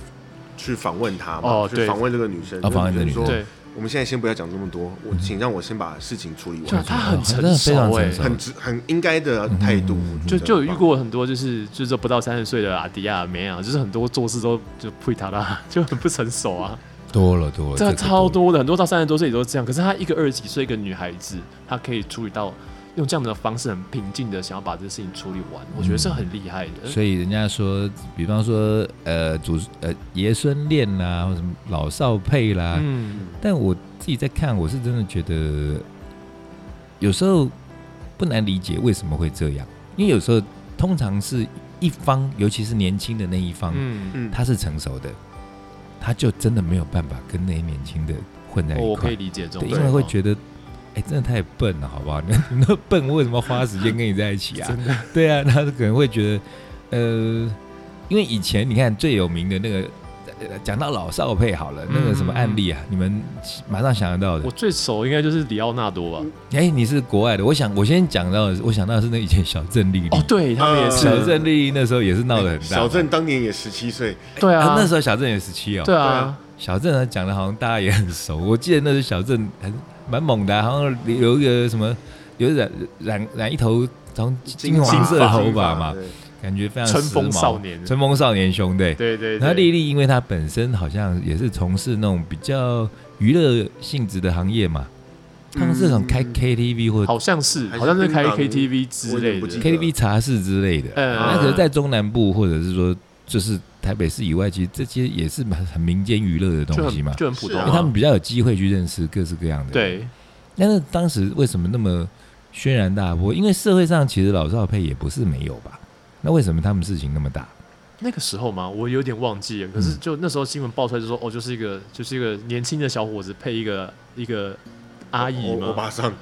A: 去访问他嘛，
B: 哦
A: 去
B: 对
A: 访问这个女生，
C: 啊访问这个女生嗯
A: 说
B: 对，
A: 我们现在先不要讲这么多，我请让我先把事情处理
B: 就
A: 完，
B: 他很
C: 真的
B: 成
C: 非常
B: 熟哎、
C: 成熟
A: 很直很应该的态度
C: 嗯嗯嗯，
A: 我觉
B: 就
A: 得
B: 就有
A: 很
B: 遇
A: 棒，
B: 过很多就是就是不到三十岁的阿迪亚梅啊，就是很多做事都就配他啦， [LAUGHS] 就很不成熟啊，
C: 多了多了，
B: 这
C: 个
B: 超多
C: 多了。
B: 的，很多到三十多岁也都这样。可是她一个二十几岁一个女孩子，她可以处理到用这样的方式，很平静的想要把这事情处理完，我觉得是很厉害的。
C: 所以人家说，比方说，呃，祖呃爷孙恋啦，或什么老少配啦，
B: 嗯，
C: 但我自己在看，我是真的觉得有时候不难理解为什么会这样，因为有时候通常是一方，尤其是年轻的那一方，
B: 嗯，
A: 嗯，
C: 他是成熟的，他就真的没有办法跟那些年轻的混在
B: 哦
C: 一
B: 我可
C: 块
B: 以，理解这种哦
C: 对，
B: 状
C: 因
B: 况，
C: 为会觉得，哎、真的太笨了，好不好？ [LAUGHS] 你那笨为什么花时间跟你在一起啊？
B: 真的，
C: 对啊，他可能会觉得，呃，因为以前你看最有名的那个，呃讲到老少配好了，那个什么案例啊，你们马上想得到的
B: 嗯我。最熟应该就是里奥纳多吧？
C: 哎、你是国外的，我想我先讲到的是，我想到的是那以前小镇丽丽。
B: 哦，对他们也是，
C: 小镇丽丽那时候也是闹得很大嘛。
A: 小郑当年也十七岁，
B: 对啊
C: 啊，，那时候小镇也十七哦。
B: 对
A: 对
B: 啊
A: 啊，
C: 小镇啊，讲的好像大家也很熟。我记得那时候小镇很蛮猛的啊、好像留一个什么，有染染染一头从金黄色的头发嘛，
A: 对
C: 感觉非常
B: 春风
C: 时髦
B: 少年
C: 春风少年兄弟。
B: 对对
C: 然后
B: 对，
C: 丽丽，因为她本身好像也是从事那种比较娱乐性质的行业嘛，他们是很开
A: 嗯
C: KTV 或
B: 好像是，
A: 还是
B: 好像是开
A: 槟榔
B: KTV 之
A: 我有
B: 类
A: 点不记
B: 的
A: 得，
C: KTV 茶室之类的。
B: 嗯
C: 那可是，
A: 嗯
C: 在中南部或者是说就是台北市以外，其实这些也是蛮很民间娱乐的
B: 就
C: 东西嘛
B: 很。就很普
A: 是
B: 通
A: 啊
C: 因为他们
B: 啊，
C: 比较有机会去认识各式各样的。，
B: 对，
C: 但是当时为什么那么轩然大波？因为社会上其实老少配也不是没有吧？那为什么他们事情那么大？
B: 那个时候嘛，我有点忘记了。可
C: 嗯
B: 是就那时候新闻爆出来，就说哦，就是一个就是一个年轻的小伙子配一个一个阿姨
A: 我我
B: 嘛。
A: 马上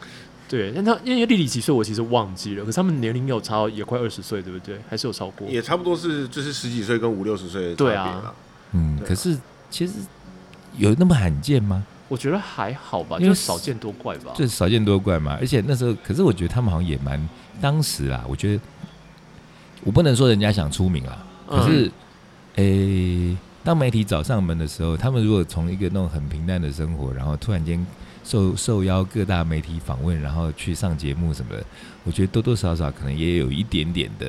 B: 对，但他因为丽丽几岁，我其实忘记了。可是他们年龄有超也快二十岁，对不对？还是有超过？
A: 也差不多是就是十几岁跟五六十岁的差别
B: 对啊
A: 啦。
C: 嗯，
A: 对啊
C: 可是其实有那么罕见吗？
B: 我觉得还好吧，
C: 因为
B: 就少见多怪吧。嗯
C: 这少见多怪嘛。而且那时候，可是我觉得他们好像也蛮当时啊，我觉得我不能说人家想出名啊，
B: 嗯
C: 可是，诶、当媒体找上门的时候，他们如果从一个那种很平淡的生活，然后突然间受受邀各大媒体访问，然后去上节目什么的，我觉得多多少少可能也有一点点的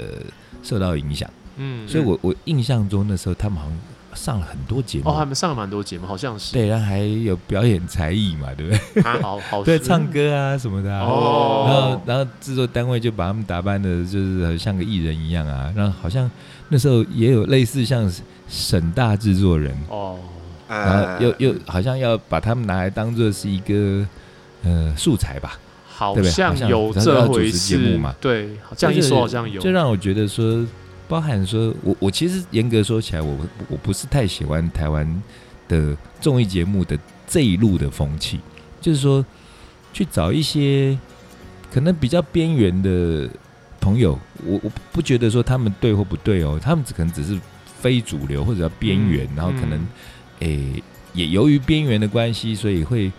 C: 受到影响。
B: 嗯，
C: 所以我我印象中那时候他们好像上了很多节目，
B: 哦，他们上了蛮多节目，好像是。啊
C: 对，然后还有表演才艺嘛，对不对？
B: 好好
C: 对，
B: 哦是
C: 唱歌啊什么的、啊。然后
B: 哦，，
C: 然后制作单位就把他们打扮的，就是像个艺人一样啊。然后好像那时候也有类似像沈大制作人，
B: 哦，
C: 然
A: 啊
C: 后又又好像要把他们拿来当做是一个呃素材吧，
B: 好
C: 对不对
B: 像
C: 好像
B: 有
C: 然后要
B: 这
C: 主
B: 回
C: 持节
B: 事
C: 目嘛
B: 对，好这样一
C: 就是
B: 说好像有
C: 就。让我觉得说，包含说我我其实严格说起来，我我不是太喜欢台湾的综艺节目的这一路的风气，就是说去找一些可能比较边缘的朋友，我我不觉得说他们对或不对哦，他们只可能只是非主流或者叫边缘，
B: 嗯
C: 然后可能
B: 嗯
C: 诶、也由于边缘的关系，所以会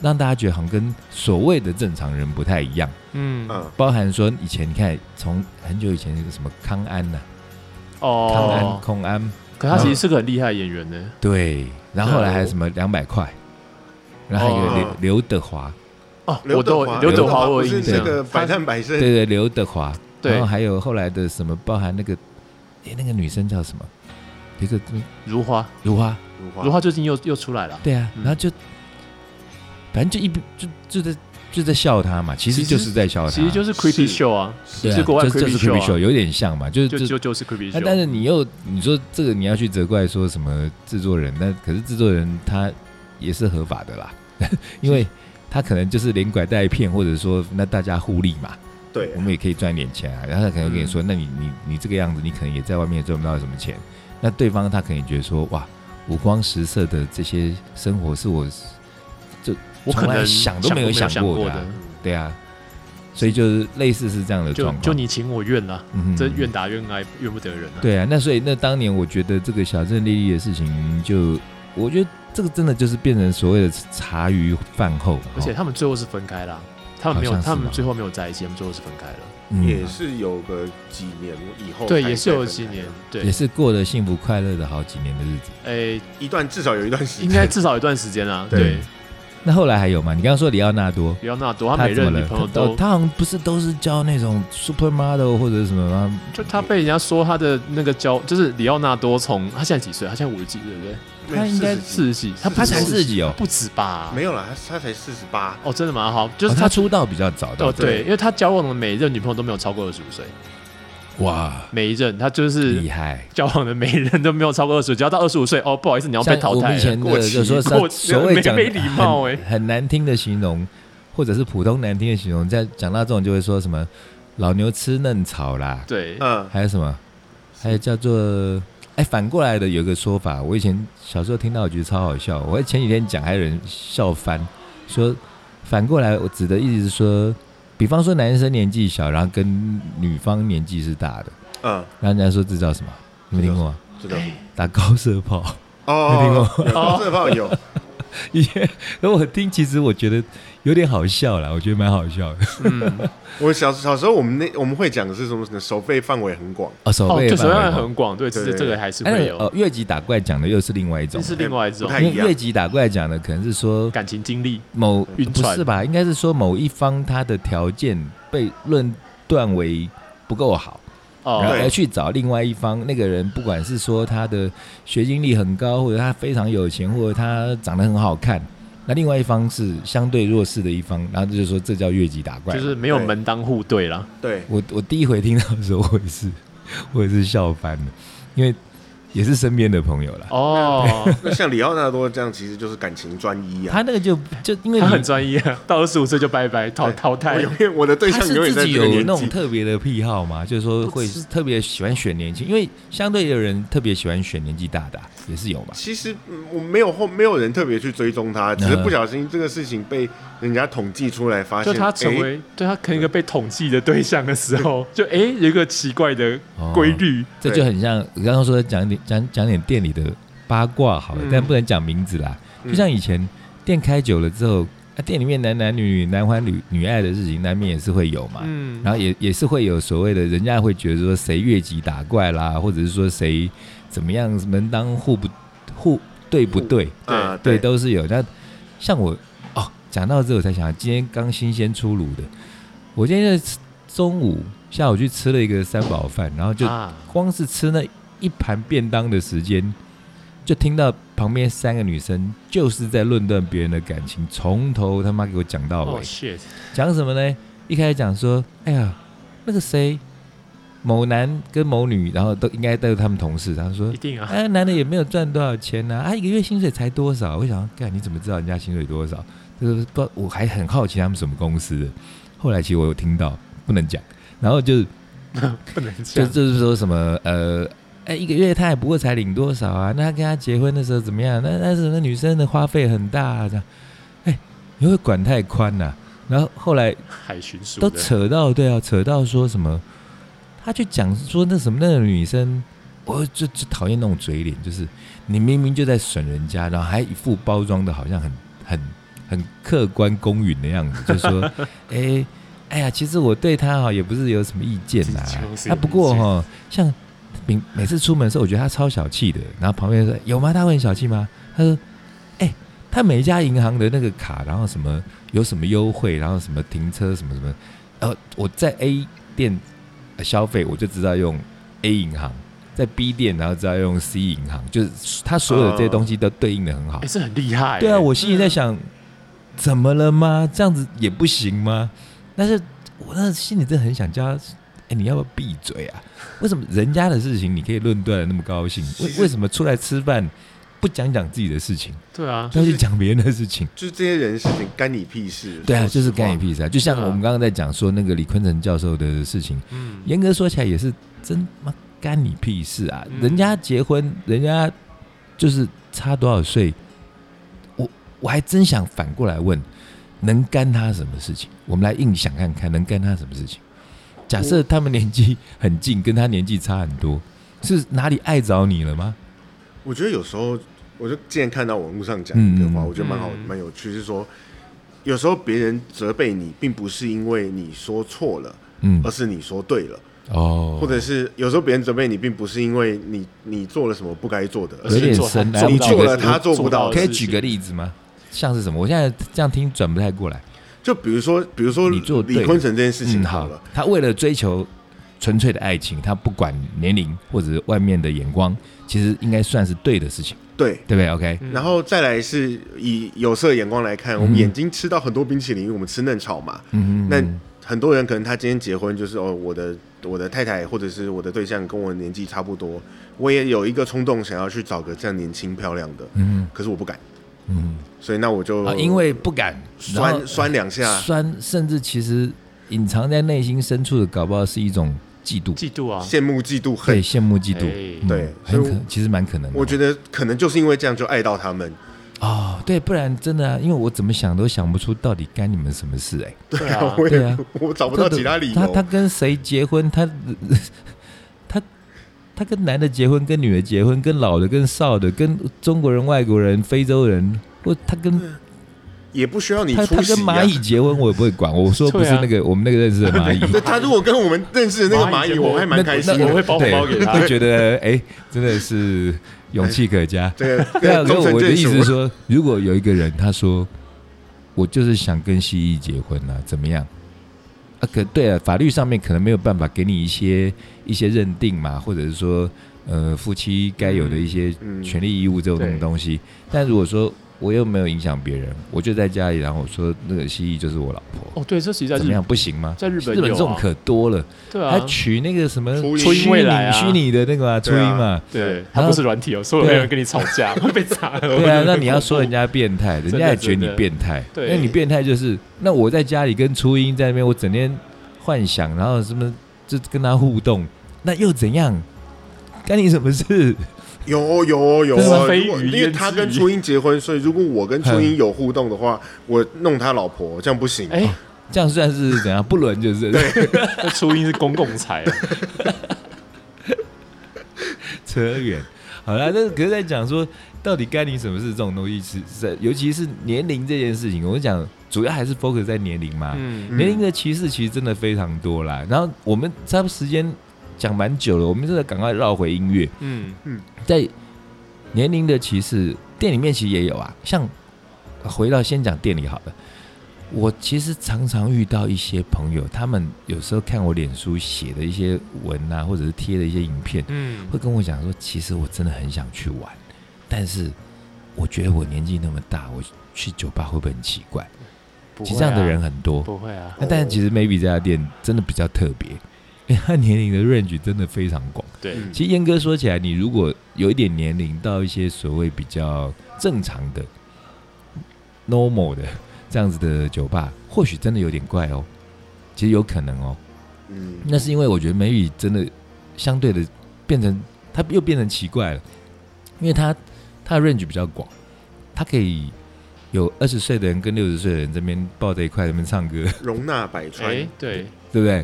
C: 让大家觉得好像跟所谓的正常人不太一样。
B: 嗯
A: 嗯，
C: 包含说以前你看，从很久以前那个什么康安呐、康安、
B: 哦，
C: 孔安，
B: 可他其实是个很厉害的演员呢。
C: 对，然后后来还有什么两百块，然后还有一个刘、
A: 哦
C: 刘德华，
B: 哦，
A: 刘
B: 我
A: 德
B: 都
A: 华
B: 刘
C: 德
B: 德华我
A: 不
B: 有
A: 是
B: 印
A: 那
B: 象，
A: 个百战百胜
C: 对对刘德华，然
B: 对
C: 后还有后来的什么，包含那个，哎，那个女生叫什么？一个
B: 如花，
C: 如花，
A: 如
B: 如
A: 花，
B: 花最近又又出来了。
C: 对啊，
B: 嗯
C: 然后就，反正就一就就在就在笑他嘛，其
B: 其
C: 实
B: 实
C: 就是在哦笑他，
B: 其实就是是 creepy
A: 是
B: show 啊，
C: 对
B: 是
C: 啊，
B: 国外
C: 就就
B: creepy
C: 是
B: show 啊
C: creepy show 有点像嘛，就是
B: 就就就是 creepy
C: 那
B: show。
C: 哎但是你又你说这个你要去责怪说什么制作人，那可是制作人他也是合法的啦， [LAUGHS] 因为他可能就是连拐带骗，或者说那大家互利嘛，
A: 对
B: 啊
C: 我，们也可以赚点钱啊。然后他可能跟你
B: 嗯
C: 说，那你你你这个样子，你可能也在外面也赚不到什么钱。那对方他可能觉得说，哇，五光十色的这些生活是我
B: 我可
C: 从来
B: 能
C: 想都没有
B: 想
C: 想过
B: 过
C: 的啊对啊，所以就是类似是这样的
B: 就
C: 状况。
B: 就你情我愿啦，
C: 嗯
B: 这愿打愿挨，怨不得人啊。
C: 对啊，那所以那当年我觉得这个小镇丽丽的事情就，我觉得这个真的就是变成所谓的茶余饭后，
B: 而且
C: 哦
B: 他们最后是分开啦，他们没
C: 好
B: 有，
C: 像是吧
B: 他们最后没有在一起，他们最后是分开了。
C: 嗯
A: 也是有个几年以后，
B: 对，也是有几年，，对
C: 也，是过了幸福快乐的好几年的日子。
B: 诶，
A: 一段至少有一段时间，
B: 应该至少有一段时间
C: [LAUGHS]
B: 啦。
A: 对
B: 对，
C: 那后来还有吗？你刚刚说里奥纳多，
B: 里奥纳多他
C: 他
B: 每
C: 怎么
B: 任女
C: 了？
B: 朋友
C: 他
B: 都
C: 哦，他好像不是都是教那种 supermodel 或者什么吗？
B: 就他被人家说他的那个交，就是里奥纳多从他现在几岁？他现在五十几岁，对不对？
A: 没有
C: 他应该
A: 40几
B: 四十几，他
A: 40
B: 不
C: 嗯他
B: 止
C: 才
B: 40
C: 自己哦，
B: 不止吧？
A: 没有了，他他才四十八，
B: 哦，真的吗？好，就是
C: 哦
B: 他
C: 他出道比较早的
B: 哦，
A: 对
B: 对，因为他交往的每一任女朋友都没有超过二十五岁，
C: 哇，
B: 每一任他就是
C: 厉害。
B: 交往的每一任都没有超过二十五，只要到二十五岁，哦，不好意思，你要被
C: 像
B: 淘
C: 我们
B: 汰
C: 以
B: 了。
C: 前
A: 过
C: 的
A: 期
C: 就说
B: 过
C: 所谓
B: 没
C: 讲
B: 没礼貌欸
C: 很很难听的形容，或者是普通难听的形容，在讲到这种就会说什么老牛吃嫩草啦， [LAUGHS]
B: 对，
A: 嗯，
C: 还有什么还有叫做哎，反过来的有个说法，我以前小时候听到，我觉得超好笑。我前几天讲，还有人笑翻，说反过来，我指的意思是说，比方说男生年纪小，然后跟女方年纪是大的，
A: 嗯，
C: 然后人家说这叫什么？你们听过吗？
A: 知道。
B: 哎
C: 打高射炮。
A: 哦，有高射炮有，
C: [LAUGHS] 以前我听，其实我觉得有点好笑啦，我觉得蛮好笑的。
B: 嗯，
A: 我小小时候我们那我们会讲的是什么？手背范围很广，
C: [LAUGHS] 哦，手
B: 哦，
C: 背
B: 就手
C: 范围
B: 段
C: 广
B: 很广，对，其实
A: 对
B: 这个还是
C: 哎
B: 会有，
C: 哦，越级打怪讲的又是另外一
B: 这
C: 种，
B: 是另外一
A: 不
B: 种
A: 太
C: 因为
A: 一样
C: 越级打怪讲的可能是说
B: 感情经历，
C: 某
B: 晕
C: 不
B: 船
C: 是吧？应该是说某一方他的条件被论断为不够好，然后
B: 哦
A: 对
C: 而去找另外一方那个人，不管是说他的学经历很高，或者他非常有钱，或者他长得很好看，那另外一方是相对弱势的一方，然后就是说这叫越级打怪。
B: 就是没有
A: 对
B: 门当户对啦。
A: 对，
C: 我我第一回听到的时候，我也是我也是笑翻了，因为也是身边的朋友啦。
B: 哦，
A: 那像里奥纳多这样，其实就是感情专一啊。
C: 他 [LAUGHS] 那个就就因为
B: 他
C: 你
B: 很专业，到二十五岁就拜拜淘
A: 对
B: 淘汰
A: 我。永远我的对
C: 他
A: 象
C: 是
A: 永远在
C: 自己
A: 这个
C: 有那
A: 年
C: 种
A: 纪。
C: 特别的癖好吗？就是说会特别喜欢选年轻，因为相对的人特别喜欢选年纪大的啊、也是有嘛。
A: 其实嗯我没有后没有人特别去追踪他，只是
C: 嗯
A: 不小心这个事情被人家统计出来，发
B: 就
A: 现
B: 他成
A: 诶
B: 为对他可能一个被统计的对象的时候，就哎有一个奇怪的
C: 哦
B: 规律，
C: 这就很像我刚刚说的讲点讲讲点店里的八卦好了，
B: 嗯
C: 但不能讲名字啦。
A: 嗯
C: 就像以前店开久了之后，啊、店里面男男女女、男欢女女爱的事情，难免也是会有嘛。
B: 嗯，
C: 然后也也是会有所谓的，人家会觉得说谁越级打怪啦，或者是说谁怎么样门当户不户对不对？
A: 啊，
C: 对，都是有。那像我哦，讲到这我才想，今天刚新鲜出炉的，我今天在吃中午下午去吃了一个三宝饭，然后就
B: 啊
C: 光是吃那一盘便当的时间，就听到旁边三个女生就是在论断别人的感情，从头他妈给我讲到
B: 哦
C: 尾，
B: shit，
C: 讲什么呢？一开始讲说，哎呀，那个谁。某男跟某女，然后都应该都是他们同事。然后说
B: [LAUGHS] 一定啊，
C: 哎，男的也没有赚多少钱呐、啊，一个月薪水才多少？我想，干你怎么知道人家薪水多少？就是不，我还很好奇他们什么公司的。后来其实我有听到，不能讲，然后就
B: 不能这
C: 就
B: 样，
C: 就是说什么呃，哎，一个月他也不过才领多少啊？那他跟他结婚的时候怎么样？那那时候那女生的花费很大、啊，这样，哎，你会管太宽呐、然后后来
B: 海巡署
C: 都
B: 的
C: 扯到对啊，扯到说什么，他去讲说那什么那个女生，我就就讨厌那种嘴脸，就是你明明就在损人家，然后还一副包装的好像很很很客观公允的样子，
B: [LAUGHS]
C: 就说哎、哎呀，其实我对他哈也不是有什么意见啦
B: 其实就是，有
C: 啊不过哈像。每每次出门的时候，我觉得他超小气的。然后旁边说：“有吗？他会很小气吗？”他说：“哎、他每一家银行的那个卡，然后什么有什么优惠，然后什么停车什么什么，然后呃我在 A 店呃消费，我就知道用 A 银行，在 B 店然后知道用 C 银行，就是他所有的这些东西都对应的很好。
B: 哎，这很厉害欸。
C: 对啊，我心里在想，怎么了吗？这样子也不行吗？但是我那心里真的很想叫他，哎、你要不要闭嘴啊？为什么人家的事情你可以论断的那么高兴？
A: 其
C: 为
A: 实
C: 为什么出来吃饭不讲讲自己的事情，
B: 对啊，
C: 要去讲别人的事情？
A: 就是这些人的事情干你屁事。
C: 对啊，
A: 说实
C: 就是干
A: 话
C: 你。屁事啊！就像
B: 对啊
C: 我们刚刚在讲说那个李坤城教授的事情，
B: 嗯，
C: 严格说起来也是真妈干你屁事啊！
B: 嗯
C: 人家结婚，人家就是差多少岁，我我还真想反过来问，能干他什么事情？我们来硬想看看，能干他什么事情？假设他们年纪很近，跟他年纪差很多，是哪里碍着你了吗？
A: 我觉得有时候，我就之前看到网络上讲一个话，
C: 嗯
A: 我觉得蛮好
B: 嗯
A: 蛮有趣，是说有时候别人责备你，并不是因为你说错了，
C: 嗯
A: 而，是你说对了，
C: 哦，
A: 呃或者是有时候别人责备你，并不是因为你你做了什么不该做的，而
C: 有
A: 是
C: 点
B: 做他
C: 深啊
B: 做不
C: 你
B: 到
C: 做
B: 的
A: 了
B: 事
A: 他做不到
B: 的
C: 可以
B: 事
C: 举
B: 情
C: 个例子吗？像是什么？我现在这样听转不太过来。
A: 就比如说比如说
C: 你做对了
A: 李坤城这件事情
C: 嗯，
A: 好
C: 好
A: 了，，
C: 他为了追求纯粹的爱情，他不管年龄或者是外面的眼光，其实应该算是对的事情，
A: 对。
C: 对不对？OK，
B: 嗯
A: 然后再来是以有色眼光来看，我们眼睛吃到很多冰淇淋，因为我们吃嫩草嘛，
C: 嗯，
A: 那很多人可能他今天结婚就是哦，我的我的太太或者是我的对象跟我年纪差不多，我也有一个冲动想要去找个这样年轻漂亮的，
C: 嗯
A: 可是我不敢，
C: 嗯，
A: 所以那我就、
C: 啊，因为不敢然后
A: 呃酸酸两下，
C: 酸，甚至其实隐藏在内心深处的，搞不好是一种嫉妒，
B: 嫉
A: [LAUGHS]
B: 妒啊，
A: 羡慕、嫉妒、
C: 对，
A: 恨。
C: 羡慕、嫉妒，
B: 哎
C: 嗯
A: 对
C: 很
A: 所以
C: 可
A: 我
C: 其实蛮可能的。
A: 我觉得可能就是因为这样就爱到他们，
C: 哦，对，不然真的、啊，因为我怎么想都想不出到底干你们什么事哎、
B: 对
A: [LAUGHS]
B: 啊，
A: 我
C: 对
A: 也
C: 啊
A: 我找不到
C: 这
A: 其他理
C: 他他
A: 由。
C: 跟谁结婚？他他他跟男的结婚，跟女的结婚，跟老的跟少的，跟中国人、外国人、非洲人，或他跟
A: 也不需要你
C: 他
A: 出
C: 他
A: 席
C: 跟
A: 啊。
C: 蚂蚁结婚，我也不会管。我说不是那个、我们那个认识的蚂蚁，
A: [LAUGHS] 对他如果跟我们认识的那个蚂
B: 蚂蚁
A: 蚁，
B: 结
A: 我
B: 婚
A: 还蛮开心
B: 那我
A: 的。
B: 会包红包给他
C: 对会觉得哎、真的是勇气可嘉。 [LAUGHS]
A: 这个
C: 对啊，
A: 这个终
C: 所以
A: 成
C: 我的
A: 眷
C: 意思
A: 属
C: 是。说，如果有一个人他说我就是想跟蜥蜴结婚啊，怎么样？啊，可对啊，法律上面可能没有办法给你一些一些认定嘛，或者是说呃夫妻该有的一些
A: 嗯
C: 权利义务这
B: 对
C: 种东西。但如果说我又没有影响别人，我就在家里，然后我说那个蜥蜴就是我老婆，
B: 哦，对，这其实在
C: 怎
B: 日
C: 么样
B: 本，
C: 不行吗？
B: 在日本
C: 日本
B: 有
C: 这
B: 啊
C: 种可多了，
B: 对
C: 还
B: 啊，
C: 取那个什么
A: 初音
C: 虚
B: 初
C: 拟
B: 音未来啊
C: 虚拟的那个嘛，初
A: 对
C: 音
A: 啊
C: 嘛，
B: 对，
C: 然
B: 他
C: 后
B: 不是软体哦，所以
C: 对
B: 有人跟你吵架 [LAUGHS] 会被砸的。
C: 对啊，那你要说人家变态，人
B: 真的
C: 家也觉得
B: 真
C: 你
B: 的
C: 变态。
B: 对
C: 那你变态就是，那我在家里跟初音在那边，我整天幻想，然后什么就跟他互动，那又怎样？干你什么事？ [LAUGHS]
A: 有哦有哦有
C: 这是
A: 哦，
B: 非
A: 如果
B: 语
A: 因为
B: 言
A: 他
B: 之
A: 跟
B: 语
A: 初音结婚，所以如果我跟初音
C: 嗯
A: 有互动的话，我弄他老婆这样不行。
B: [LAUGHS] 哎，
C: 这样算是怎样？不伦就是
B: 那初音是公共财啊，
C: [LAUGHS] 扯远。好啦，但是可是在讲说，到底该你什么事这种东西是是，尤其是年龄这件事情，我讲主要还是 focus 在年龄 [LAUGHS] 嘛。
B: 嗯，
C: 年龄的歧视其实真的非常多啦。然后我们差不多时间讲蛮久了，我们真的赶快绕回音乐。
B: 嗯，
C: 在年龄的歧视，店里面其实也有啊。像呃回到先讲店里好了，我其实常常遇到一些朋友，他们有时候看我脸书写的一些文啊，或者是贴的一些影片，
B: 嗯
C: 会跟我讲说，其实我真的很想去玩，但是我觉得我年纪那么大，我去酒吧会不会很奇怪？
B: 不会啊
C: 其实这样的人很多，
B: 不会啊，
C: 那但其实 maybe 这家店真的比较特别，因为他年龄的 range 真的非常广。
B: 对，
A: 嗯
C: 其实燕哥说起来，你如果有一点年龄到一些所谓比较正常的、normal 的 [LAUGHS] 这样子的酒吧，或许真的有点怪哦。其实有可能哦，
A: 嗯，
C: 那是因为我觉得美语真的相对的变成它又变成奇怪了，因为它它的 range 比较广，它可以有二十岁的人跟六十岁的人这边抱在一块这边唱歌， [LAUGHS]
A: 容纳百川
B: 哎。，对，
C: 对不对？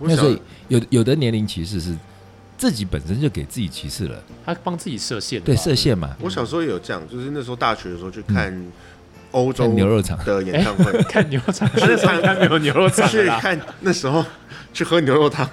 A: 我
C: 那
A: 想
C: 所以有有的年龄歧视是自己本身就给自己歧视了，
B: 他帮自己设限
A: 啊
B: 的吧，
C: 对设限嘛。
A: 我小时候也有这样，就是那时候大学的时候去看欧洲
C: 嗯看牛肉哎场
A: 的演
C: [LAUGHS]
A: 唱会，
B: [LAUGHS] 看牛肉肠，那时候应该没有牛肉肠
A: 去
B: 了啦。
A: 看那时候去喝牛肉
C: [LAUGHS]
A: 汤，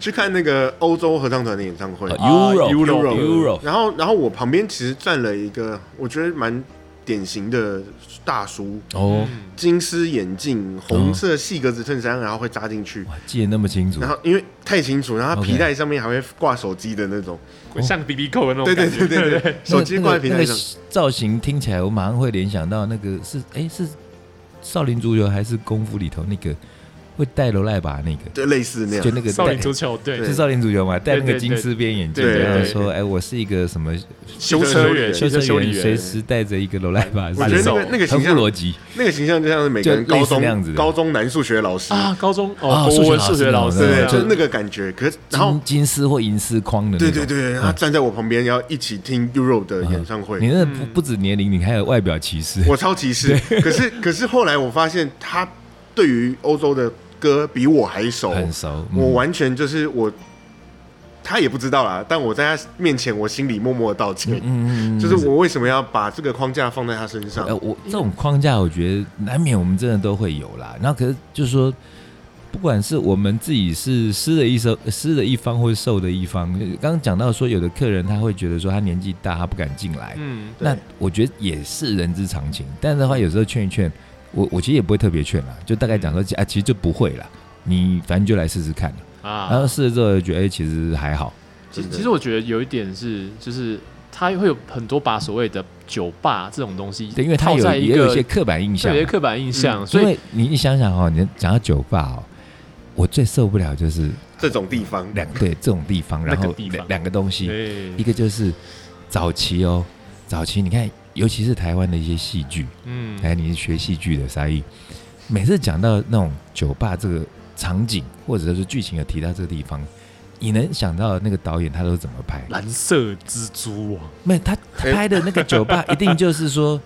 A: 去看那个欧洲合唱团的演唱会。
B: 啊
C: 哦 Euro
B: Euro
C: Euro，
A: 然后，然后我旁边其实站了一个我觉得蛮典型的大叔，
C: 哦，
A: 金丝眼镜，红色细格子衬衫，然后会扎进去。
C: 哇，记得那么清楚
A: 然，后因为太清楚，然后他
C: OK
A: 皮带上面还会挂手机的那种，
B: [LAUGHS] 像 B B 扣的那种
A: 对
B: 感
A: 对
B: 觉，
A: 对对对，手机挂在皮
C: 那
A: 带
C: 个
A: 上，
C: 造型听起来，我马上会联想到那个是哎是少林足球还是功夫里头那个会戴罗赖吧那个，
A: 对，类似那
C: 就
A: 样，
C: 那个
B: 少
C: 戴
B: 林足球队
C: 是少林足球嘛，戴那
B: 对
C: 个
B: 对
C: 金丝边眼镜，
B: 对
A: 对
C: 然后
A: 对
C: 说哎我是一个什么
B: 修车员、
A: 修
B: 汽车修理
C: 随
B: 员，
C: 时带着一个罗赖吧，
A: 我觉得那个
B: 手
A: 那个
C: 很
A: 形
C: 不
A: 象，
C: 逻辑。
A: 那个形象就像是每个人
C: 就类
A: 高
C: 似那样子
A: 中
C: 的
A: 高中男数学老师，
B: 啊，高中
C: 啊
B: 哦，国文数
C: 数学
B: 学
C: 老
B: 老
C: 师
B: 师，
A: 对，
C: 啊
A: 就是
B: 对
A: 那个感觉。可是然后
C: 金金丝或银丝框的那
A: 对对
C: 种，
A: 对，
C: 嗯
A: 对他站在我旁边，然后一起听 Euro 的
C: 啊
A: 演唱
C: 你
A: 会，
C: 那不不止年龄，你还有外表歧视。
A: 我超歧视。可是可是后来我发现他对于欧洲的歌比我还熟，
C: 很熟，嗯
A: 我完全就是我，他也不知道啦。但我在他面前，我心里默默地道歉，
C: 嗯嗯嗯
A: 就是我为什么要把这个框架放在他身上
C: 呃，？我这种框架，我觉得难免我们真的都会有啦。然后可是就是说，不管是我们自己是施的一手，施的一方或受的一方，呃刚刚讲到说，有的客人他会觉得说他年纪大，他不敢进来，
B: 嗯，
A: 对
C: 那我觉得也是人之常情。但是的话，有时候劝一劝，我我其实也不会特别劝啦，就大概
B: 嗯
C: 讲说啊，其实就不会啦，你反正就来试试看。然
B: 啊
C: 后，试了之后，觉得哎、其实还好。
B: 其
A: 真的
B: 其实我觉得有一点是，就是他会有很多把所谓的酒吧这种东西，
C: 对，因为他有
B: 套在一
C: 也有一
B: 个
C: 些刻板印象啊嗯
B: 特别
C: 嘛，
B: 刻板印象，
C: 因
B: 所以
C: 为你你想想哦，你讲到酒吧哦，我最受不了就是
A: 这种地方，
C: 两对这种地方，
B: 那
C: 然
B: 个
C: 后
B: 地方
C: 两两个东西，
B: 对
C: 一，个就是早期哦，早期你看，尤其是台湾的一些戏剧，哎
B: 嗯，
C: 哎，你是学戏剧的沙溢，每次讲到那种酒吧这个场景或者是剧情有提到这个地方，你能想到那个导演他都怎么拍？
B: 蓝色蜘蛛网，
C: 没有他他拍的那个酒吧一定就是说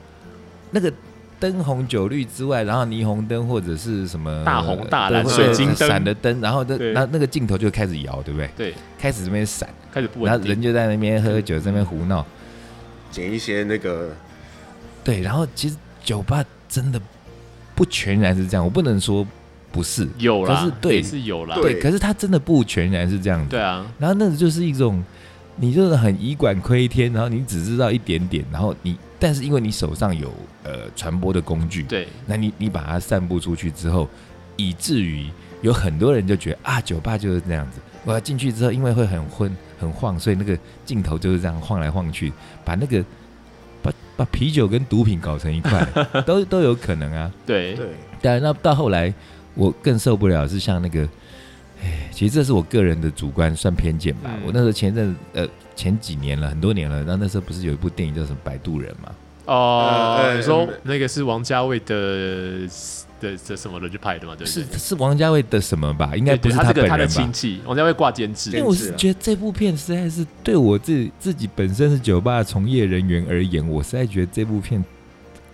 C: 那个灯红酒绿之外，然后霓虹灯或者是什么
B: 大红大蓝
C: 对
A: 水
C: 对
B: 晶灯
C: 闪的灯，然后那
B: 对
C: 那那个镜头就开始摇，对不对？
B: 对，
C: 开始这边闪，
B: 开始不
C: 然
B: 稳
C: 后
B: 定
C: 人。就在那边喝酒，在那边胡闹。
A: 剪一些那个
C: 对，然后其实酒吧真的不全然是这样，我不能说不是，
B: 有
C: 可
B: 啦
C: 是，对
B: 也是有啦，
A: 对
C: 对，可是他真的不全然是这样子。
B: 对啊，
C: 然后那个就是一种，你就是很以管窥天，然后你只知道一点点，然后你，但是因为你手上有呃传播的工具，，
B: 对，
C: 那你你把它散布出去之后，以至于有很多人就觉得啊，酒吧就是这样子。我要进去之后，因为会很昏很晃，所以那个镜头就是这样晃来晃去，把那个把把啤酒跟毒品搞成一块，都都有可能啊。
B: 对，
A: 对
C: 对啊，那到后来我更受不了是像那个，哎，其实这是我个人的主观算偏见吧。
B: 嗯
C: 我那时候前阵呃前几年了，很多年了，那那时候不是有一部电影叫什么《摆渡人》嘛？
A: 呃
B: 哦，
A: 呃
B: 你说
A: 嗯
B: 那个是王家卫的的的什么人去拍的嘛？对不
C: 是
B: 对？
C: 是王家卫的什么吧？应
B: 应
C: 该不是
B: 他这
C: 本
B: 个他的
C: 人
B: 亲
C: 吧？
B: 戚，王家卫挂监
C: 因
B: 制，
C: 为
B: 啊
C: 我是觉得这部片实在是对我自己自己本身是酒吧从业人员而言，我实在觉得这部片，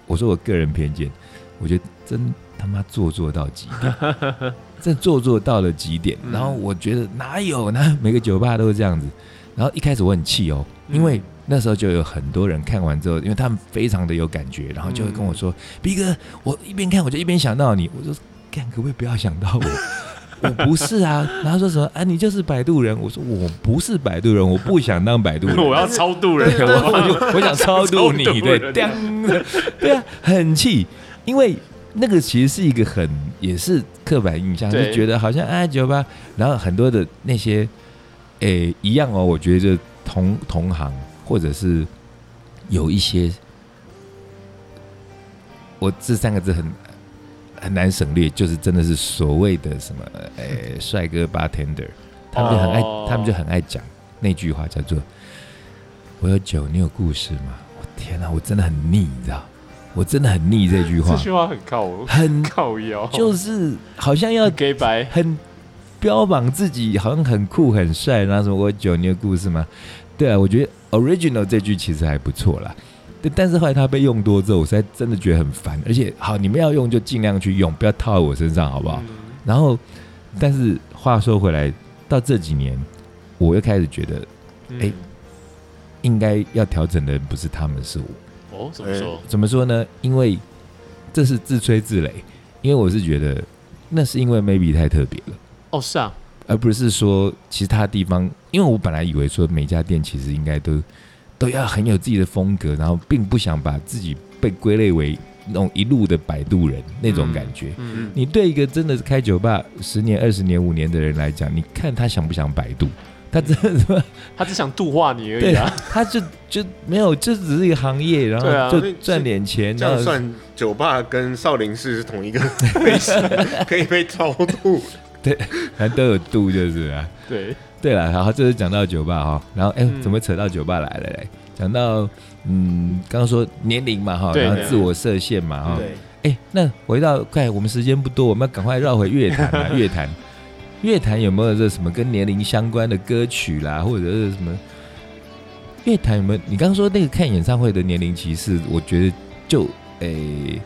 C: 我说我个人偏见，我觉得真他妈做作到极点，
B: [LAUGHS]
C: 真做作到了极点。
B: 嗯
C: 然后我觉得哪有哪有每个酒吧都是这样子。然后一开始我很气哦，因为
B: 嗯
C: 那时候就有很多人看完之后，因为他们非常的有感觉，然后就会
B: 嗯
C: 跟我说：“逼、哥，我一边看我就一边想到你。”我说：“干，可不可以不要想到我？”我 [LAUGHS] 不是啊，然后说什么啊？你就是摆渡人。我说我不是摆渡人，我不想当摆渡人。
B: [LAUGHS] [LAUGHS] 我要超度人，
C: 对， [LAUGHS] 我我就
B: [LAUGHS]
C: 我想超度你，对，
B: 人
C: 当对啊，很气，因为那个其实是一个很也是刻板印象，就
B: 对
C: 觉得好像哎酒吧，然后很多的那些诶一样哦，我觉得同同行或者是有一些，我这三个字很。很难省略，就是真的是所谓的什么，
B: [LAUGHS]
C: 诶、帅哥 bartender，他们就很爱，
B: 哦
C: 他们就很爱讲那句话，叫做“我有酒，你有故事吗？”我天哪、我真的很腻，你知道，我真的很腻这句
B: 这
C: 话，
B: 句话很靠 [LAUGHS]
C: 很
B: 靠腰，
C: 就是好像要
B: [LAUGHS] gay 白，
C: 很标榜自己，好像很酷很帅，然后什么“我有酒，你有故事吗？”对啊，我觉得 original 这句其实还不错啦。对，但是后来他被用多之后，我实在真的觉得很烦。而且，好，你们要用就尽量去用，不要套在我身上，好不好？
B: 嗯
C: 然后，但是话说回来，到这几年，我又开始觉得
B: 嗯
C: 哎，应该要调整的人不是他们，是我。
B: 哦，怎么说？
C: 怎么说呢？因为这是自吹自擂，因为我是觉得那是因为 maybe 太特别了，
B: 哦，是啊，
C: 而不是说其他地方。因为我本来以为说每家店其实应该都都要很有自己的风格，然后并不想把自己被归类为那种一路的摆渡人那种感觉。
B: 嗯，
C: 你对一个真的是开酒吧十年、二十年、五年的人来讲，你看他想不想摆渡？他真的是
B: 他只想度化你而
C: 对
B: 已啊，
C: 他就就没有，这只是一个行业，然
B: 对啊
C: 后就赚点钱，
A: 这
C: 然
A: 样
C: 后
A: 算酒吧跟少林寺是同一
C: [LAUGHS]
A: 个类型，可以被超度。
C: 反正都有度就是啊。
B: 对，
C: 对了，然后这是讲到酒吧哈，然后哎、
B: 嗯
C: 怎么扯到酒吧来了嘞？讲到嗯，刚刚说年龄嘛哈，
B: 对
C: 然后
B: 对
C: 自我设限嘛哈。
A: 对，
C: 哎、那回到快，我们时间不多，我们要赶快绕回乐坛
B: [LAUGHS]
C: 啊，乐坛。乐坛有没有这什么跟年龄相关的歌曲啦，或者是什么？乐坛有没有？你刚刚说那个看演唱会的年龄歧视，我觉得就诶、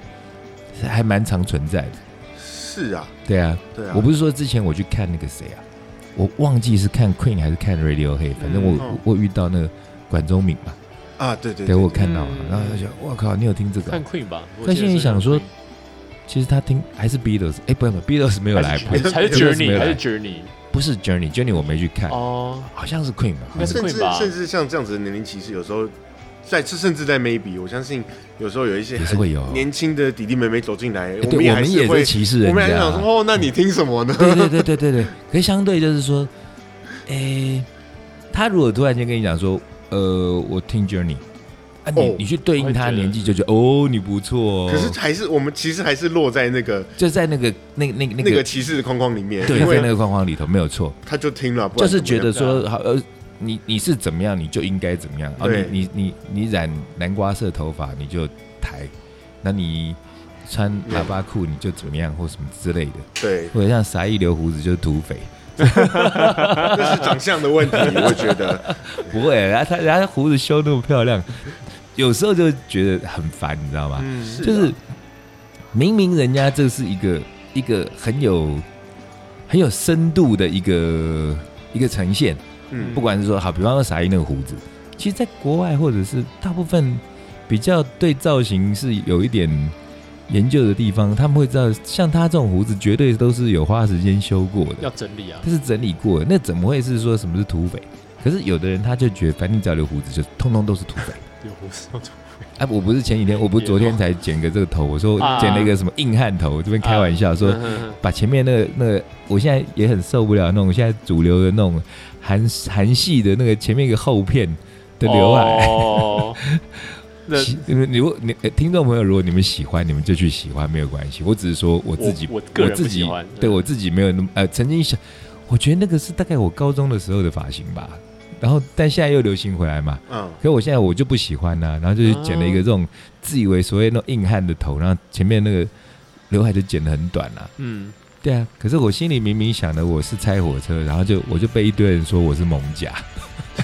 C: 还蛮常存在的。
A: 是啊，
C: 对啊，
A: 对啊，
C: 我不是说之前我去看那个谁啊，我忘记是看 Queen 还是看 Radiohead，反正我、
A: 嗯哦
C: 我遇到那个管中敏嘛，
A: 啊，对对
C: 对我看到嘛，
B: 嗯
C: 然后他就我靠，你有听这个
B: 看
C: 哦？
B: Queen 吧。
C: 但心里想说其实他听还是 Beatles，哎、不不，Beatles 没有来，
B: 还是还是
C: Beatles
B: Journey，
C: 没有
B: 还是
C: 来，哎
B: Journey
C: 不是 Journey，Journey 我没去看，
B: 哦，
C: 好像是 Queen 吧，好
B: 应该是
C: 像是
A: 甚至
B: Queen 吧
A: 甚至像这样子的年龄歧视，有时候在甚至在 maybe，我相信有时候有一些
C: 也是会有哦。
A: 年轻的弟弟妹妹走进来，
C: 哎
A: 我们
C: 对，我
A: 还
C: 们
A: 是
C: 也在
A: 会，
C: 歧视
A: 我
C: 人
A: 们还是
C: 家
A: 想
C: 啊。
A: 说，哦，那你听什么呢？
C: 对对对对对对，可是相对就是说，哎、他如果突然间跟你讲说，呃，我听 Journey，啊你，
A: 哦
C: 你去对应他年纪，就觉得哦，你不错哦。
A: 可是还是我们其实还是落在那个
C: 就在那个那那那
A: 那个
C: 个
A: 歧视的框框里面，
C: 对，
A: 因
C: 在那
A: 为
C: 个框框里头没有错，
A: 他就听了，不
C: 就
A: 然
C: 是觉得
B: 怎么样
C: 说好呃，你你是怎么样，你就应该怎么样。哦，
A: 对
C: 你你你你染南瓜色头发你就抬，那你穿喇叭裤你就怎么样或什么之类的，
A: 对，
C: 或者像傻一留胡子就是土匪，
A: 这是长相的问
C: [LAUGHS]
A: 题，我觉得。
C: 不会，然后他然后他胡子修那么漂亮，有时候就觉得很烦，你知道吗？
A: 嗯，
C: 就是明明人家这是一个一个很有很有深度的一个一个呈现，
A: 嗯
C: 不管是说好，比方说傻一那个胡子，其实在国外或者是大部分比较对造型是有一点研究的地方，他们会知道，像他这种胡子绝对都是有花时间修过的
B: 要，整理啊，
C: 他是整理过的，那怎么会是说什么是土匪？可是有的人他就觉得，反正你只要留胡子，就通通都是土匪。
B: 有胡子
C: 哎、我不是前几天，我不是昨天才剪个这个头，我说
B: 哦啊
C: 剪了一个什么硬汉头，这边开玩笑说
B: 嗯嗯
C: 把前面那个那个，我现在也很受不了那种现在主流的那种韩韩系的那个前面一个厚片的刘海。 [LAUGHS]
B: 哦，那
C: 喜你们如果你呃听众朋友，如果你们喜欢，你们就去喜欢，没有关系。我只是说我自己，
B: 我我个人不
C: 自
B: 喜
C: 己
B: 欢
C: 对
B: 嗯
C: 我自己没有那么呃，曾经想，我觉得那个是大概我高中的时候的发型吧。然后，但现在又流行回来嘛，
A: 嗯，
C: 可我现在我就不喜欢呐、然后就去剪了一个这种自以为所谓那种硬汉的头，然后前面那个刘海就剪得很短啊。
B: 嗯，
C: 对啊，可是我心里明明想的我是拆火车，然后就我就被一堆人说我是蒙甲， [LAUGHS]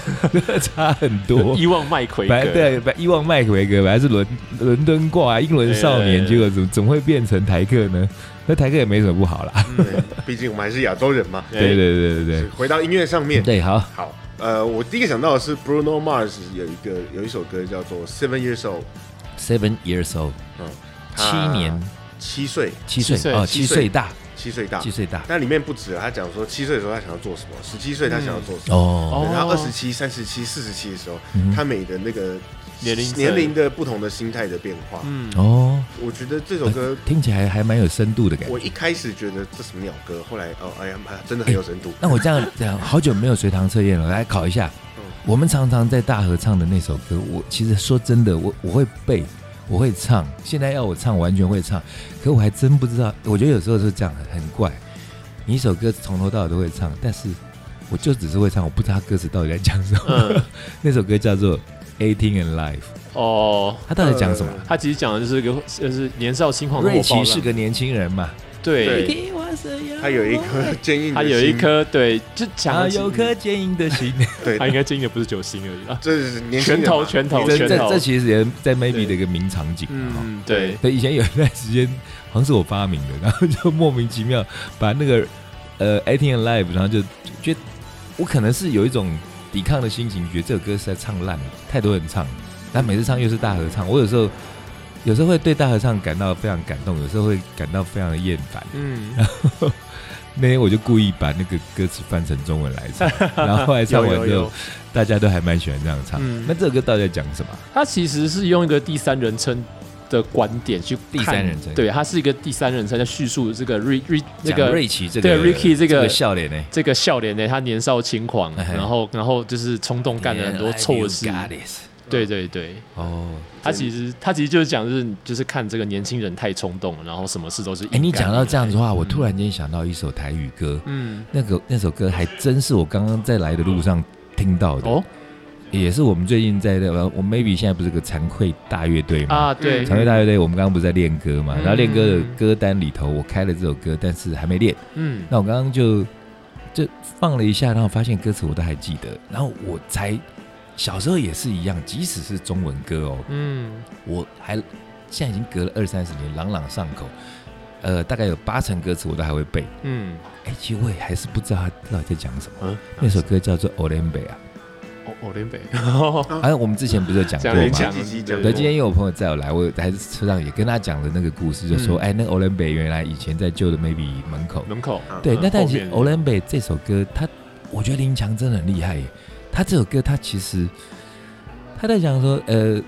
C: 差很 [LAUGHS]
B: [LAUGHS]
C: 多。
B: 伊万麦奎格
C: 本来对，本来伊万麦奎格本来是伦伦敦挂英伦少年，
B: 对
C: 结果怎么怎么会变成台客呢？那台客也没什么不好啦。
A: 啊对，毕竟我们还是亚洲人嘛。
B: 哎
C: 对对对对
A: 回到音乐上
C: 对，
A: 面，
C: 对好，
A: 好，呃，我第一个想到的是 Bruno Mars 有一个有一首歌叫做《Seven Years Old》，
C: seven years old，
A: 嗯，
C: 七
A: 他
C: 年
A: 七岁，
C: 啊七
B: 岁
C: 岁哦，
A: 七
C: 七
A: 岁
C: 岁大，
A: 七岁大
C: 七。岁大
A: 但里面不止，啊他讲说七岁的时候他想要做什么，十七岁他想要做什么，
C: 哦，
A: 然后
B: 哦
A: 二十七、三十七、四十七的时候，
C: 嗯
A: 他每的那个
B: 年龄层
A: 年龄的不同的心态的变化，
B: 嗯，
C: 哦，
A: 我觉得这首歌
C: 听起来还蛮有深度的感觉。
A: 我一开始觉得这什么鸟歌，后来哦，哎呀妈，真的很有深度。
C: 那我这样讲，好久没有随堂测验了，来考一下
A: 嗯。
C: 我们常常在大合唱的那首歌，我其实说真的，我我会背，我会唱。现在要我唱，完全会唱，可我还真不知道。我觉得有时候是这样，很怪。你一首歌从头到尾都会唱，但是我就只是会唱，我不知道它歌词到底在讲什么。
B: 嗯
C: [LAUGHS] 那首歌叫做《Eighteen and Life》，
B: 哦，
C: 它到底讲什么？
B: 他其实讲的就是一个就是年少轻
A: 呃
B: 狂的
C: 瑞
B: 火爆
C: 奇是
B: 浪，
C: 个年轻人嘛，
B: 对，
A: 对他有一
C: 哦
A: 颗坚硬的心，
B: 他有一颗对，就讲
C: 啊，
B: 的
C: 有颗坚硬的心。
A: 对
B: [LAUGHS] 他，应该经营的不是九星而已啊，
A: 这是年轻
B: 拳
A: 人
B: 头
A: 嘛
B: 拳头
C: 这
B: 拳
C: 这
B: 头
C: 这，其实也在 maybe
B: 对
C: 的一个名场景啊。哈
B: 嗯，对，
C: 对，以前有一段时间好像是我发明的， [LAUGHS] 然后就莫名其妙把那个呃《Eighteen and Live》，然后就觉得我可能是有一种抵抗的心情，觉得这首歌实在唱烂了，太多人唱了，但每次唱又是大合唱，我有时候有时候会对大合唱感到非常感动，有时候会感到非常的厌烦。
B: 嗯，
C: 那天我就故意把那个歌词翻成中文来
B: [LAUGHS]
C: 唱， [LAUGHS] 然后后来唱
B: 有
C: 完
B: 有
C: 之后
B: 有，，
C: 大家都还蛮喜欢这样唱。
B: 嗯
C: 那这首歌到底在讲什么？
B: 他其实是用一个第三人称的观点去看
C: 第三人称
B: 对，他是一个第三人称在叙述这个瑞瑞那
C: 讲
B: 个
C: 瑞奇这个
B: 对 Ricky 这个
C: 这个笑脸呢、
B: 这个笑脸呢，他年少轻狂，
C: 哎
B: 然后然后就是冲动干了很多错事，对对对。
C: 哦，
B: 他其实他其实就是讲，就是你就是看这个年轻人太冲动了，然后什么事都是应
C: 哎，
B: 该的。
C: 你讲到这样子的话，我突然间想到一首台语歌，
B: 嗯，
C: 那个那首歌还真是我刚刚在来的路上听到的，
B: 哦
C: 也是我们最近在那个，我 maybe 现在不是个惭愧大乐队吗？
B: 啊，对，
C: 惭愧大乐队，我们刚刚不是在练歌嘛？
B: 嗯
C: 然后练歌的歌单里头，我开了这首歌，但是还没练。
B: 嗯，
C: 那我刚刚就就放了一下，然后发现歌词我都还记得，然后我才小时候也是一样，即使是中文歌哦，
B: 嗯
C: 我还现在已经隔了二三十年，朗朗上口，呃，大概有八成歌词我都还会背。
B: 嗯，
C: 哎，其实我也还是不知道他到底在讲什么。
B: 嗯
C: 那首歌叫做《Olembe》啊，
B: 哦哦，林
C: [LAUGHS]
B: 北，嗯
C: 哎、啊，我们之前不是有讲
B: 这
C: 过
A: 对
B: 样连
A: 讲
C: 吗？
B: 讲
A: 前几集
B: 对
A: 讲
C: 对，今天因为我朋友载我来，我还是车上也跟他讲了那个故事，就说，
B: 嗯
C: 哎，那个 Olembe 原来以前在旧的 Maybe 门口。
B: 门口，
C: 对，
B: 嗯
C: 那但其实《
B: 后面
C: Olembe》这首歌，他我觉得林强真的很厉害耶。他这首歌，他其实他在讲说，呃，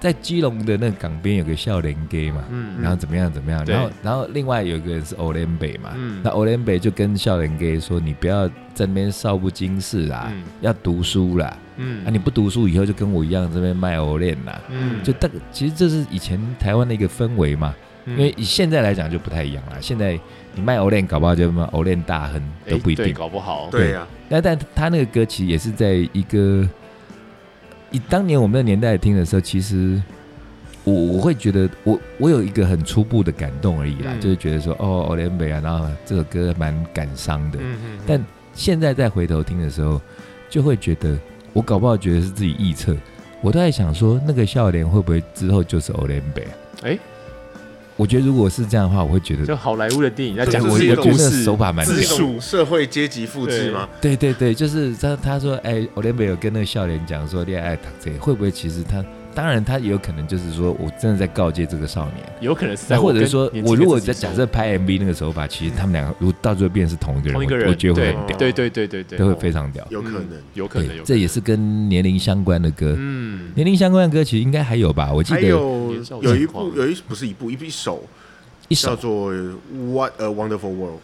C: 在基隆的那个港边有个笑脸 gay 嘛，
B: 嗯
C: 然后怎么样怎么样，
B: 对
C: 然后然后另外有一个人是 Olembe 嘛，
B: 嗯
C: 那 Olembe 就跟笑脸 gay 说，你不要在那边少不经事啦，
B: 嗯
C: 要读书啦，
B: 嗯
C: 啊你不读书以后就跟我一样这边卖 Olen 啦，
B: 嗯
C: 就大其实这是以前台湾的一个氛围嘛，
B: 因
C: 因为以现在来讲就不太一样啦，现在你卖 Olen 搞不好就卖 Olen 大亨都不一定，
B: 搞不好，
A: 对啊呀，
C: 那但他那个歌其实也是在一个，以当年我们的年代听的时候，其实我我会觉得我我有一个很初步的感动而已啦，
B: 嗯
C: 就是觉得说哦，欧连北啊，然后这首歌蛮感伤的。
B: 嗯嗯，
C: 但现在再回头听的时候，就会觉得我搞不好觉得是自己臆测，我都在想说那个笑脸会不会之后就是欧连北啊？
B: 哎
C: 我觉得如果是这样的话，我会觉得
B: 就好莱坞的电影在
A: 这
B: 讲
A: 是
C: 我
B: 自己的
A: 一
C: 我
A: 种
C: 觉
B: 故
C: 得
B: 事，
C: 手法蛮
A: 自
B: 自
C: 妙
B: 述
A: 属
C: 的。
A: 社会阶级复制吗？
C: 对对对，就是他他说哎，欧连北有跟那个笑脸讲说恋爱谈这会不会其实他当然他也有可能就是说我真的在告诫这个少年。
B: 有可能是在
C: 或者
B: 跟
C: 说
B: 年，轻
C: 我如
B: 的
C: 果
B: 自己
C: 在
B: 说
C: 假设拍 MV 那个手法，其实他们两个如果到最后变成是同一个人，
B: 同一个
C: 我
B: 人，
C: 我觉得会
B: 对
C: 很屌，
B: 对对对对对，
C: 都会非常屌。
A: 有可
B: 嗯
A: 能。
B: 有可能
C: 对
B: 有，
C: 这也是跟年龄相关的歌，
B: 嗯，
C: 年龄相关的歌其实应该还有吧？我记
A: 还
C: 得
A: 有
B: 年少
A: 有一
B: 轻
A: 部
B: 狂
A: 有一不是一部一部一首
C: 一
A: 叫
C: 首
A: 做《What a Wonderful World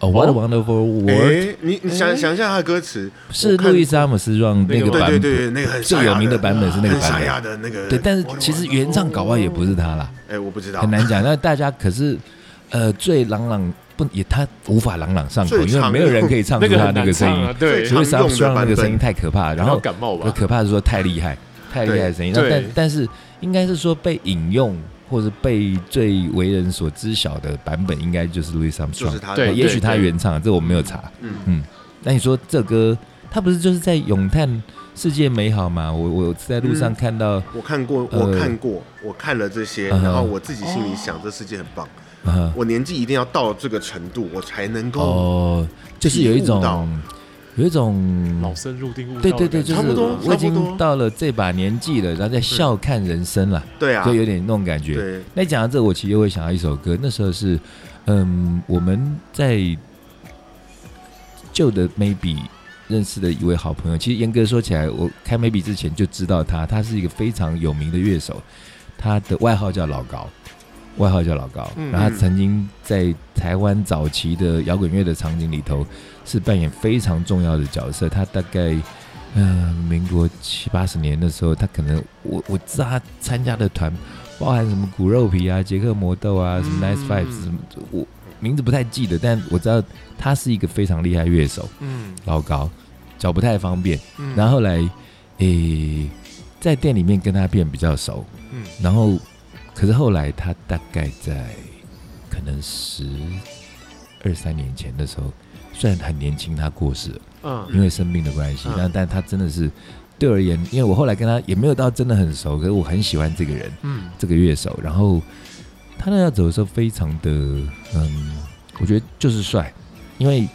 C: 哦，《What a Wonderful》。World》
A: 哎，你你想想一下它的歌词，
C: 是
A: 我看
C: 路易斯阿姆斯壮那
A: 对
C: 个版
A: 对
C: 本，
A: 对，那个很
C: 最有名的版本是那个
A: 很
C: 版
A: 沙
C: 本。
A: 哑的那个。
C: 对，但是其实原唱搞完也不是他啦，
A: 哎，我不
B: 啊
A: 知道，
C: 很难讲。那大家可是呃，最朗朗不也他无法朗朗上口，
A: 最
C: 因为
A: 常
C: 没有人可以唱出
B: 那个
C: 他
B: 很
C: 那
B: 难
C: 个声
B: 唱
C: 音
B: 啊，。对
A: 最，
C: 路易斯阿姆斯壮
A: 常用的版本
C: 那个声音太可怕了，然
B: 还
C: 后
B: 有感冒
C: 我
B: 吧，
C: 可怕的是说太厉害，太厉害的声音。那
B: 对
C: 但但是应该是说被引用或者被最为人所知晓的版本，应该就是 Louis
A: 就
C: Armstrong 呃
A: 是。他
B: 对
A: 的
C: 也许他原唱，这我没有查。
A: 嗯，
C: 那你说这歌，他不是就是在咏叹世界美好吗？我我在路上
A: 嗯
C: 看到，
A: 我看过，
C: 呃
A: 我看过，我看了这些，
C: 嗯哼
A: 然后我自己心里想，这世界很棒，
C: 呃
A: 我年纪一定要到这个程度，我才能够
C: 哦，就是有一
A: 体悟到
C: 种有一种
B: 老生入定悟道的
C: 对
B: 感觉，
C: 对对，就
A: 差
C: 是
A: 不多
C: 我已
A: 差不
C: 经
A: 多
C: 到了这把年纪了，然后在笑看人生了，
A: 对啊
C: 就，有点那种感觉。
A: 对，
C: 那讲到这，我其实又会想到一首歌，那时候是，嗯，我们在旧的 Maybe 认识的一位好朋友。其实严格说起来，我开 Maybe 之前就知道他，他是一个非常有名的乐手，他的外号叫老高，外号叫老高。
B: 嗯
C: 然后他
A: 嗯
C: 曾经在台湾早期的摇滚乐的场景里头，是扮演非常重要的角色。他大概。嗯、民国七八十年的时候，他可能我我知道他参加的团包含什么骨肉皮啊、杰克魔豆啊、什么
B: 嗯
C: Nice Five 什么，我名字不太记得，但我知道他是一个非常厉害乐手，
B: 嗯，
C: 老高，脚不太方便。
B: 嗯
C: 然后后来，诶、在店里面跟他变比较熟，
B: 嗯
C: 然后可是后来他大概在可能十二三年前的时候，虽然很年轻，他过世了。
B: 嗯
C: 因为生病的关系
B: 嗯，
C: 但但他真的是对我而言，因为我后来跟他也没有到真的很熟，可是我很喜欢这个人，
B: 嗯
C: 这个乐手。然后他那要走的时候，非常的嗯，我觉得就是帅，因为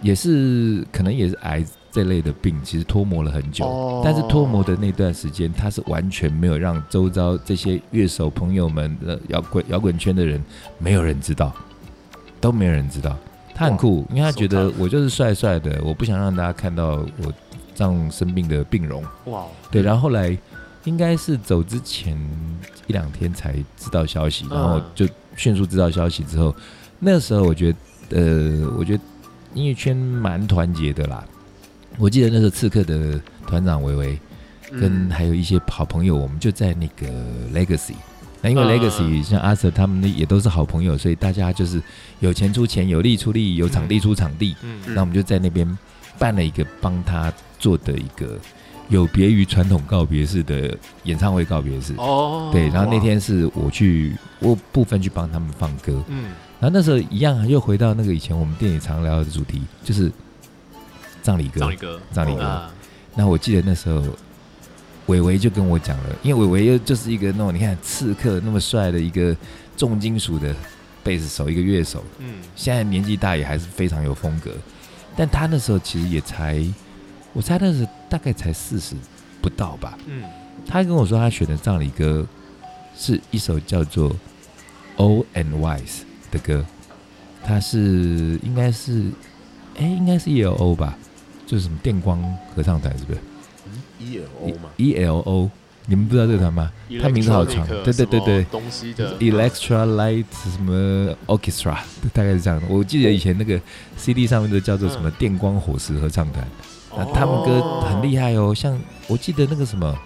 C: 也是可能也是癌这类的病，其实拖磨了很久。
B: 哦
C: 但是脱模的那段时间，他是完全没有让周遭这些乐手朋友们、呃摇滚摇滚圈的人，没有人知道，都没有人知道。他很酷，因为他觉得
B: so
C: 我就是帅帅的，我不想让大家看到我这样生病的病容。
B: 哇，
C: 对，然后后来应该是走之前一两天才知道消息，
B: 嗯
C: 然后就迅速知道消息之后，那时候我觉得，呃，我觉得音乐圈蛮团结的啦。我记得那时候刺客的团长维维跟
A: 嗯
C: 还有一些好朋友，我们就在那个 Legacy。那因为
B: 嗯
C: Legacy 像阿 Sir 他们也都是好朋友，所以大家就是有钱出钱，有力出力，有场地出场地。
B: 嗯
C: 那我们就在那边办了一个帮他做的一个有别于传统告别式的演唱会告别式。
B: 哦，
C: 对，然后那
B: 哇
C: 天是我去，我部分去帮他们放歌，
B: 嗯
C: 然后那时候一样又回到那个以前我们店里常聊的主题，就是葬礼歌。
B: 葬礼歌，
C: 葬礼歌
B: 啊
C: 那我记得那时候，伟伟就跟我讲了，因为伟伟又就是一个那种你看刺客那么帅的一个重金属的贝斯手，一个乐手，
B: 嗯
C: 现在年纪大也还是非常有风格，但他那时候其实也才，我猜那时候大概才四十不到吧。
B: 嗯
C: 他跟我说他选的葬礼歌是一首叫做《Old and Wise》的歌，他是应该是，哎，应该是 E L O 吧，就是什么电光合唱团是不是
A: E L O 嘛，
C: ？E L O，你们不知道这个团吗？他名字好长
B: Electronic
C: 对对对对
B: 什么东西的
C: Electra Light 什么 Orchestra，大概是这样的。我记得以前那个 CD 上面都叫做什么
B: 嗯
C: 电光火石合唱团，那、
B: 哦
C: 他们歌很厉害哦。像我记得那个什么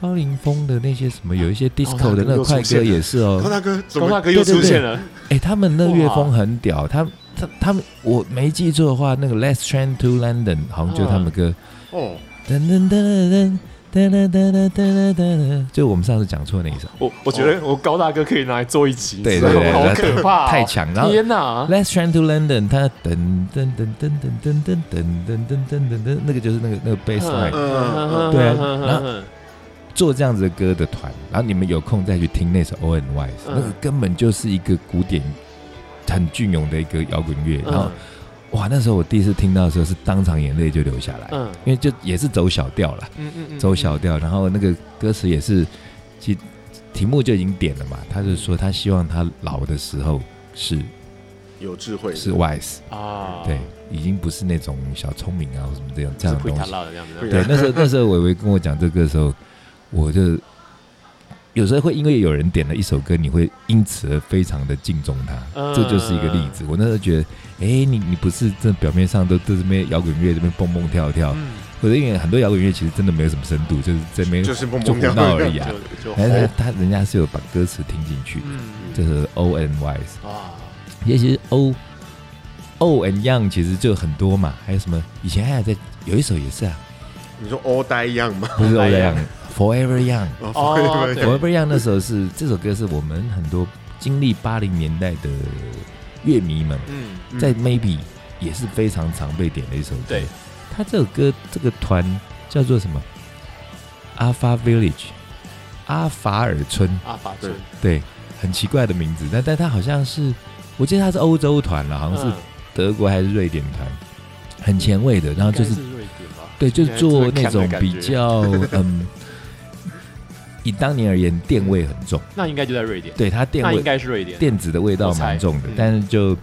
C: 高凌风的那些什么，有
B: 哦
C: 一些 disco 的那个快歌也是
A: 高
C: 哦。
A: 大哥，怎
B: 高大
A: 么
B: 哥又出现了，
C: 哎，他们那乐风很屌，他他他们我没记
B: 嗯
C: 错的话，那个 Last Train to London 好像就是他们的歌。
A: 哦，
C: 噔噔噔噔噔哒哒哒哒哒哒哒，就我们上次讲错那一首。
B: 我我觉得我高大哥可以拿来做一集，
C: 哦对
B: 你知道吗
C: 对对
B: 好
C: 对
B: 可怕哦，
C: 太强然后
B: 天哪！
C: Let's Train to London，它噔噔噔噔噔噔噔噔噔噔噔噔噔，那个就是那个那个
B: 嗯
C: bass line。
A: 嗯
C: 对啊然
B: 然
C: 做这样子的歌的团，然后你们有空再去听那首 O N Y，
B: 嗯
C: 那个根本就是一个古典很隽永的一个摇滚
B: 嗯
C: 乐。然后哇，那时候我第一次听到的时候是当场眼泪就流下来，
B: 嗯
C: 因为就也是走小调啦，
B: 嗯嗯嗯
C: 走小调，然后那个歌词也是，其题目就已经点了嘛，他是说他希望他老的时候是
A: 有智慧的
C: 是 wise。
B: 啊，
C: 对，已经不是那种小聪明啊或什么这样这
B: 是
C: 样的
B: 奎
C: 东
B: 塔
C: 西。
B: 拉的这样子，
A: 对
C: 对，那时候那时候伟伟跟我讲这个的时候，我就有时候会因为有人点了一首歌，你会因此而非常的敬重他，
B: 嗯
C: 这就是一个例子。我那时候觉得，哎、你你不是这表面上都在这边摇滚乐这边蹦蹦跳跳，
B: 嗯，
C: 或者因为很多摇滚乐其实真的没有什么深度，就是这边
A: 就是蹦
C: 就
A: 蹦
C: 胡
A: 跳
C: 闹而
A: 跳
C: 已啊。
B: 就就
C: 但是
B: 吼
C: 他他人家是有把歌词听进去的，
B: 嗯啊
C: 这是 O N Y S。
B: 哇，
C: 也其实 O O and Young 其实就很多嘛，还有什么以前还有在有一首
B: [LAUGHS]
C: 也是啊，
A: [LAUGHS] 你说 all die young 吗？
C: 不是 O
B: All
C: and
B: Die
C: Young，Forever Young，Forever
B: 哦对
C: Young 那时候是这首歌是我们很多经历八零年代的乐迷们
B: 嗯
A: 嗯
C: 在 Maybe 也是非常常被点的一首歌。
B: 对，
C: 他这首歌这个团叫做什么？Alpha Village，阿法尔村。
B: 阿法
A: 对
B: 村
C: 对，很奇怪的名字，但但他好像是，我记得他是欧洲团了，好像是
B: 嗯
C: 德国还是瑞典团，很前卫的，然
B: 嗯应
C: 后
B: 该
C: 就是
B: 是瑞典吧，
C: 对，就是做那种
B: 应该是
C: 比较嗯，以当年而言，电味很重，
B: 那应该就在瑞典，
C: 对他电
B: 那应
C: 味
B: 该是瑞典，
C: 电子的味道蛮重
B: 我
C: 的
B: 猜嗯，
C: 但是就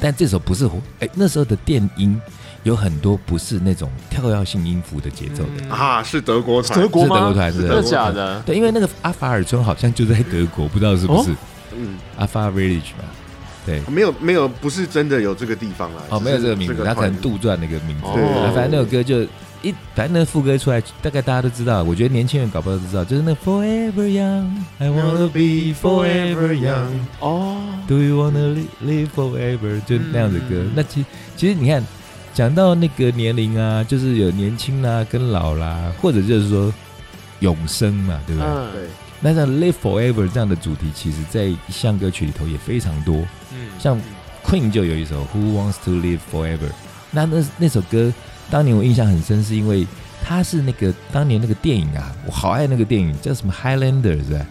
C: 但这首不是胡哎那时候的电音有很多不是那种跳跃性音符的节奏的，
B: 嗯
A: 啊，是德国团，
B: 德国
C: 是德国
B: 吗？
C: 团
A: 是
C: 是
B: 真
C: 德
B: 的
C: 国
A: 国
B: 假
A: 团
B: 的？
C: 对，因为那个阿法尔村好像就在德国，不知道是
B: 哦
C: 不是。
A: 嗯，
C: 阿法 Village 嘛，对，
A: 没有没有，不是真的有这个地方啦。
C: 哦，
A: 只是
C: 没有这个名字，他可
A: 团
C: 能杜撰那个名字，
B: 哦
C: 对，反正那首歌就一，反正那副歌出来，大概大家都知道，我觉得年轻人搞不好都知道，就是那 Forever Young，I wanna be forever young，Do
B: 哦，
C: you wanna live, live forever？就那样子的歌
B: 嗯。
C: 那其其实你看，讲到那个年龄啊，就是有年轻啦、跟老啦，或者就是说永生嘛，对不对？
B: 嗯
A: 对，
C: 那像 Live Forever 这样的主题，其实在一项歌曲里头也非常多。
B: 嗯
C: 像 Queen 就有一首《Who Wants to Live Forever》，那那那首歌当年我印象很深，是因为它是那个当年那个电影啊，我好爱那个电影，叫什么《Highlander》是吧？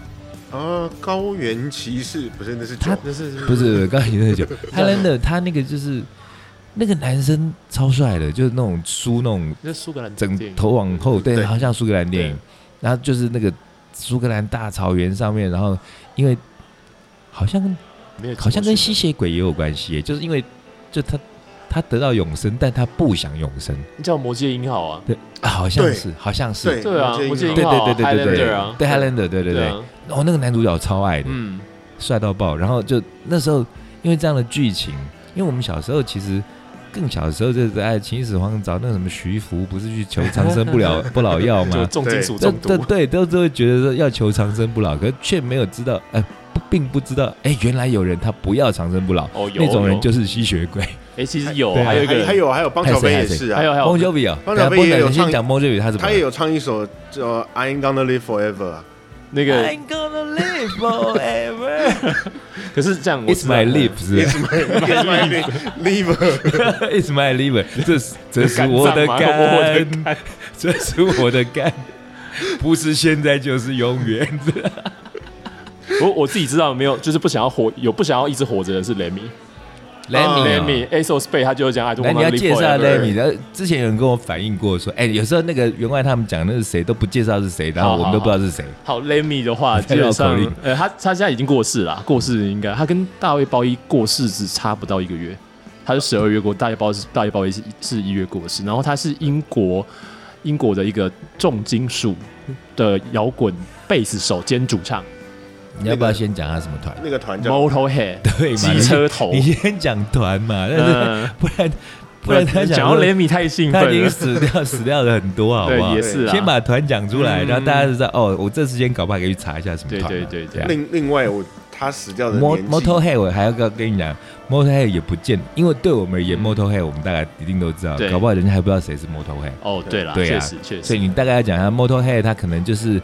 A: 啊，高原骑士不是那是酒
C: 他
B: 那是
C: 不是，刚才 [LAUGHS] 那久，《Highlander》他那个就是那个男生超帅的，就是那种梳那种
B: 那是苏格兰
C: 整
B: 电影
C: 头往后，对，
A: 对
C: 好像苏格兰电影
B: 对，
C: 然后就是那个苏格兰大草原上面，然后因为好像
B: 没有，
C: 好像跟吸血鬼也有关系耶，就是因为就他他得到永生，但他不想永生，
B: 叫魔界英豪啊，
C: 对，啊、好像
A: 对
C: 是，好像是，
A: 对
B: 对啊，
A: 魔
B: 魔
A: 戒
B: 界
A: 英
B: 英
A: 豪
B: 豪啊
C: 对对对
B: Highlander
C: 对对
B: 啊，
C: 对 Highlander，对对
B: 对
C: 对，
B: 啊，
C: 哦，那个男主角超爱的，
B: 嗯
C: 帅到爆，然后就那时候因为这样的剧情，因为我们小时候其实。更小的时候就是哎，秦始皇找那个什么徐福，不是去求长生不
B: [LAUGHS]
C: 老不老药
B: 就
C: 吗？
B: 重金属
C: 这
B: 中
C: 这
B: 毒，
C: 对都都会觉得说要求长生不老，可是却没有知道，哎、不并不知道，哎，原来有人他不要长生不老，
B: 哦有
C: 那种人
B: 有
C: 就是吸血鬼。
B: 哎，其实有，
C: 对啊
B: 还有一个
A: 还
B: 人
A: 还有还有邦乔飞也是啊
B: 还，有还有
C: Bon Jovi 啊，
A: Bon
C: 等下
A: Jovi
C: 不能
A: 也有
C: 你
A: 唱
C: 先讲 Bon Jovi 他怎么
A: 他
C: 了？
A: 也有唱一首叫《I Ain't Gonna Live Forever》啊，
B: 那个，
C: I'm gonna live forever.
B: 可是这样我啊
C: It's
B: 知道
C: my lips,
A: 也是蛮也是蛮 Live
C: [LAUGHS] it's my liver. 这是这是我的
B: 肝脏吗我的
C: 肝，这是我的肝，不是现在就是永
B: [LAUGHS]
C: 远。
B: 我我自己知道没有，就是不想要活，有不想要一直活着的是 Lemmy。
C: 来
A: 哦
B: 啊 Lemmy a s o Space 他就讲哎 I don't
C: 啊来，你
B: wanna
C: 要
B: live
C: 介绍
B: forever
C: Lemmy。然后之前有人跟我反映过说，哎，有时候那个员外他们讲那是谁都不介绍是谁，然后我们都不知道是谁。
B: 好，Lemmy 的
C: [LAUGHS]
B: 话，基
C: 太绕
B: 本
C: 口
B: 上
C: 令，
B: 呃，他他现在已经过世了啊，过世应该他跟大卫鲍伊过世只差不到一个月，他是十二月过，大卫鲍伊是大卫鲍伊是是一月过世，然后他是英国英国的一个重金属的摇滚贝斯手兼主唱
C: 你要不要先讲他什么团？
A: 那个团叫
B: Motorhead，
C: 对嘛？
B: 机车头
C: 你，先讲团嘛，但是
B: 嗯
C: [LAUGHS]
B: 呃
C: 不然不然他
B: 讲
C: 讲
B: 到
C: 说
B: Lemmy 太兴
C: 他
B: 奋
C: 已经
B: 了，
C: 死掉死掉了很多，好不好
B: 对，也？是啊，
C: 先把团讲出来，
B: 嗯
C: 然后大家就知道哦，我这时间搞不好可以去查一下什么
B: 对
C: 团嘛。
B: 对对对
C: 啊
A: 另另外我他死掉的
C: m o
A: 年纪
C: t o Head 我还要跟跟你讲 m o t o Head 也不见，因为对我们而言 m o t o Head 我们大概一定都知道
B: 对，
C: 搞不好人家还不知道谁是 m o t o Head，
B: 哦，对了，
C: 对
B: 确
C: 啊
B: 实确
C: 所
B: 实，
C: 以你大概要讲一下 m o t o Head 他可能就是，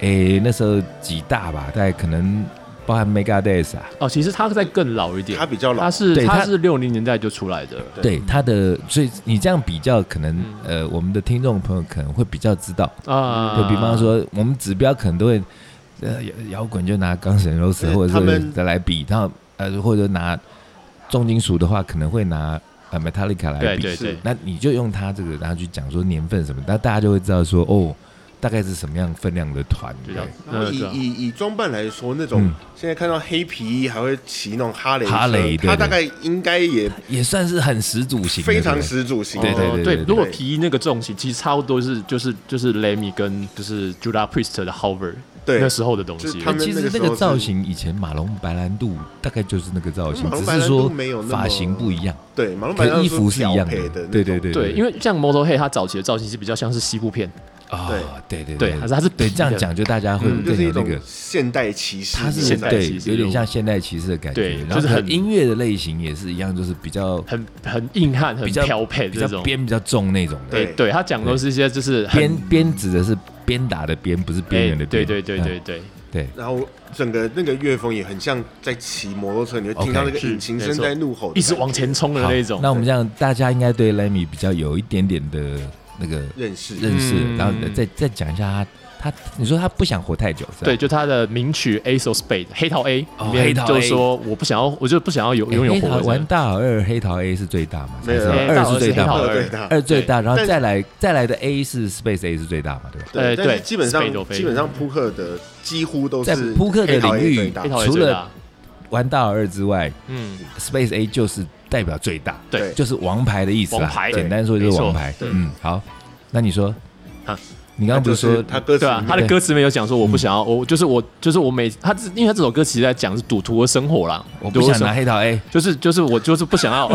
C: 诶那时候几大吧，大概可能包含 Megadeth 啊，
B: 哦，其实他在更老一点
A: 他，比较老
B: 他，是
C: 对
B: 他
C: 他
B: 是六零年代就出来的，
C: 对他的，所以你这样比较，可能
B: 嗯
C: 呃我们的听众朋友可能会比较知道，
B: 啊，
C: 就比方说，我们指标可能都会，呃，摇摇滚就拿钢神 Rose
A: 对
C: 或者
A: 他们
C: 是再来比，然后呃，或者拿重金属的话，可能会拿呃 Metallica 来
B: 对
C: 比。
B: 对
A: 是
B: 对，
C: 那你就用它这个，然后去讲说年份什么，那大家就会知道说哦，大概是什么样分量的团。
B: 就
C: 对
B: 这样，
A: 然后
B: 嗯
A: 以
B: 对啊
A: 以以装扮来说，那种、
C: 嗯
A: 现在看到黑皮衣还会骑那种哈雷车，
C: 哈雷对
A: 他
C: 对
A: 大概应该也
C: 也算是很始祖型的，
A: 非常
C: 对不对
A: 始祖型。
C: 对对
B: 哦
C: 对对
B: 如果皮衣那个重型，其实差不多是就是就是 Lemmy 跟就是 Judas Priest 的 Hover
A: 对
B: 那时候的东
A: 就是
B: 西
A: 他。们
C: 其实
A: 那
C: 那
A: 个时候
C: 个
A: 是
C: 造型，以前马龙白兰度大概就是那个造型，
A: 马龙
C: 只
A: 白兰
C: 是
A: 度
C: 说
A: 没有那么
C: 发型不一样，
A: 对，马龙白
C: 可
A: 兰
C: 衣服是一样
A: 的那种，
C: 对对对
B: 对，因
C: 为
B: 为像 Motorhead 它早期的造型是比较像是西部片，
C: 啊，对对
B: 对，还是它是
C: 对，
B: 皮
C: 这样
B: 的
C: 讲就大家会
A: 嗯就是
C: 更
A: 一
C: 有那
A: 种
C: 个，
A: 现代骑士
C: 它
A: 那种感觉，
C: 是
B: 现代
C: 对
B: 骑士
C: 有点
B: 路
C: 像现代骑士的感
B: 对
C: 觉，然后
B: 就是
C: 它
B: 很
C: 音乐的类型也是一样，就是比较
B: 很很硬汉、很
C: 比较
B: 飘配
C: 比
B: 这
C: 较
B: 种。
C: 边比较重那种的，
B: 对对，他讲的都是一些就是很
C: 边边指的是鞭打的鞭，不是边缘的
B: 哎
C: 边，
B: 对对对
C: 嗯
B: 对对，
C: 对。
A: 然后整个那个乐风也很像在骑摩托车，你会听到那个
B: OK，
A: 引擎
B: 是
A: 声在怒吼，
B: 一直往前冲的
C: 好
B: 那种。
C: 那我们这样，大家应该对 Lemmy 比较有一点点的那个
A: 认识。
C: 认识，
B: 嗯
C: 然后再再讲一下他，他你说他不想活太久，是吧
B: 对，，就他的名曲《Ace of Spades》黑桃 A
C: 哦
B: 里面
C: 黑桃 A
B: 就是说我不想要，我就不想要有
C: 哎
B: 拥有
C: 黑
B: 活
C: 桃
B: 着
C: 玩大佬二，黑桃 A 是最大嘛？
A: 没有
C: 才知道
A: 哎
C: 嗯二是最大
B: 黑桃
C: 嘛？
B: 二
A: 对的，
C: 二最大，然后
A: 但是
C: 再来再来的 A 是 Space A 是最大嘛？对吧？
A: 对，
B: 呃
A: 但是
B: 对
A: 基本
B: ，Spade
A: 上
B: of Fate
A: 基本上扑克的几乎都
C: 在
A: 是
C: 扑克的
A: 黑桃 A
C: 领域
A: 最大
B: 黑桃 A
C: 除
B: 最
C: 了
B: 大，
C: 玩大佬二之外
B: 嗯，
C: ，Space A 就是代表最大，
A: 对
B: 对，
C: 就是王牌的意思
B: 王
C: 啦。
B: 牌
C: 简单说就是王牌。
A: 对
C: 嗯，好，那你说
B: 啊，
C: 你刚刚不
A: 就是
C: 说
A: 是他歌词
B: 对
A: 里，
B: 啊
A: 面
B: 他的歌词没有讲说我不想要，
C: 嗯
B: 我就是我就是我每他因为他这首歌其实在讲是赌徒的生活啦，
C: 我不想
B: 赌徒的生
C: 拿黑桃哎 A？
B: 就是就是我就是不想
C: [LAUGHS]
B: 要，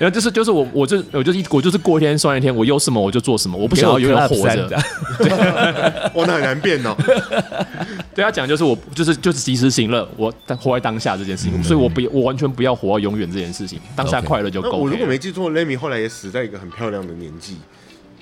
B: 然后就是就是我我就我就一我就是过一天算一天，我有什么我就做什么，我不想要永远活
C: 给我 club
B: 着。
C: 三
A: [LAUGHS] 哇，那很难变
B: [LAUGHS]
A: 哦。
B: 对他讲就是我就是就是及时行乐，我但活在当下这件事情，所以我不我完全不要活到永远这件事情，当下
C: 嗯 OK
B: 快乐就
A: 那
B: 够。
A: 我如果没，记错，Lemmy 后来也死在一个很漂亮的年纪，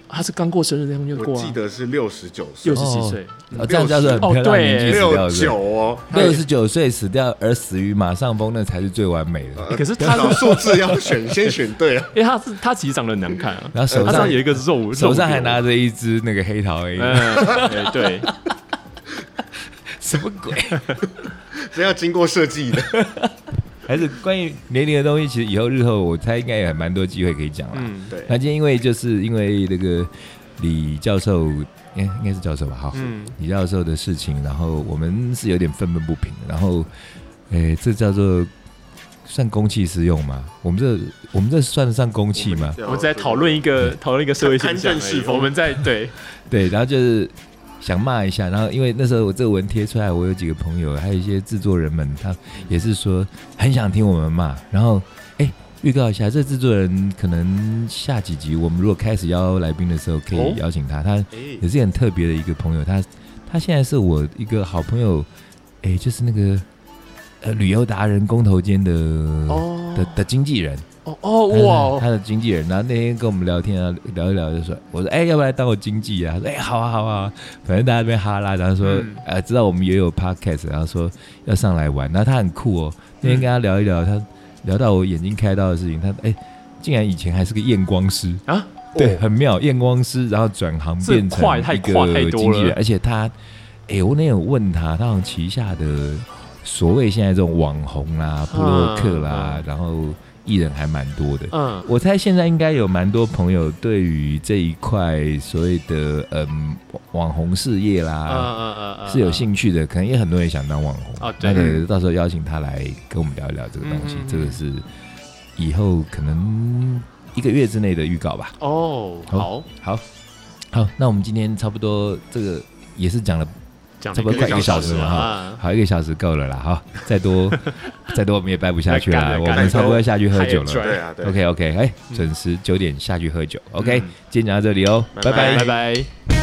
B: 他是刚过生日那样就
A: 我
B: 过
A: 记
B: 啊，
A: 得是六十九岁
B: 六，十 [LAUGHS] 几岁，
C: 哦这样叫做很漂
B: 哦
C: 亮的
B: 对
C: 年纪死掉
A: 六
C: 了是
A: 九
C: 吧。
A: 哦，
C: 六十九岁死掉而死于马上风，那才是最完美的。
B: 可是他
A: 他
B: 是
A: 找数字要选，先选对啊。
B: 因为他是他其实长得很难看啊，
C: 然后手
B: 他
C: 上
B: 有一个肉，
C: 手上还
B: 肉瘤
C: 拿着一只那个黑桃 A，、
B: 嗯，哎对，
C: 什么鬼？ [LAUGHS]
A: 这要经过设计的，
C: 还是关于年龄的东西，其实以后日后我猜应该也蛮多机会可以讲了。
B: 嗯，
A: 对，啊
C: 那今天因为就是因为那个李教授，应应该是教授吧？哈，
B: 嗯
C: 李教授的事情，然后我们是有点愤愤不平，然后，诶、这叫做算公器私用吗？我们这我们这算得上公器吗？
B: 啊我们嗯在讨论一个讨论一个社会现象而
A: 看政是
B: 已，
A: 否
B: 我们在对，
C: 对，然后就是想骂一下，然后因为那时候我这个文贴出来，我有几个朋友，还有一些制作人们，他也是说很想听我们骂，然后哎，预告一下，这制作人可能下几集我们如果开始邀来宾的时候，可
B: 哦
C: 以邀请他，他
A: 哎
C: 也是很特别的一个朋友，他他现在是我一个好朋友，哎，就是那个呃旅游达人工头间的、
B: 哦
C: 的的经纪人。
B: 哦哦
C: 他
B: 哇，
C: 的经纪人，然后那天跟我们聊天啊，聊一聊就说，我说哎、要不要来当我经纪啊？他说哎、好啊好啊，反正大家在那边哈拉，然后说、
B: 嗯
C: 呃知道我们也有 podcast，然后说要上来玩，然后他很酷哦，那天跟他聊一聊，他聊到我眼睛开到的事情，他哎、竟然以前还是个验光师
B: 啊，
C: 对，
A: 哦
C: 很妙，验光师，然后转行
B: 这
C: 变成
B: 跨太
C: 一
B: 跨
C: 个
B: 太多
C: 经纪人
B: 了，
C: 而且他哎、我那天有问他，他好像旗下的所谓现在这种网红啊啦、布洛克啦，
B: 啊
C: 然后艺人还蛮多的。
B: 嗯，
C: 我猜现在应该有蛮多朋友对于这一块所谓的嗯网红事业啦、
B: 嗯嗯嗯
C: 啊是有兴趣的，可能也很多人想当网红。
B: 哦对
C: 那个到时候邀请他来跟我们聊一聊这个东西，
B: 嗯嗯嗯
C: 这个是以后可能一个月之内的预告吧。
B: 哦，好，
C: 好，好，那我们今天差不多这个也是讲了
B: 讲
C: 差不多快一个小时了哈，
B: 啊，
C: 好一个小时够了啦哈，
B: [LAUGHS]
C: 再多再多我们也掰不下去
B: 那
C: 啦，
B: 干了
C: 我
B: 干
C: 们
B: 了
C: 差不多要下去喝酒
B: 太
C: 了
B: 拽。
A: 对啊，对
C: OK OK，哎、
B: 嗯
C: 准时九点下去喝酒。OK，、
B: 嗯
C: 今天讲到这里喽，哦
A: 拜
C: 拜
B: 拜
C: 拜
B: 拜。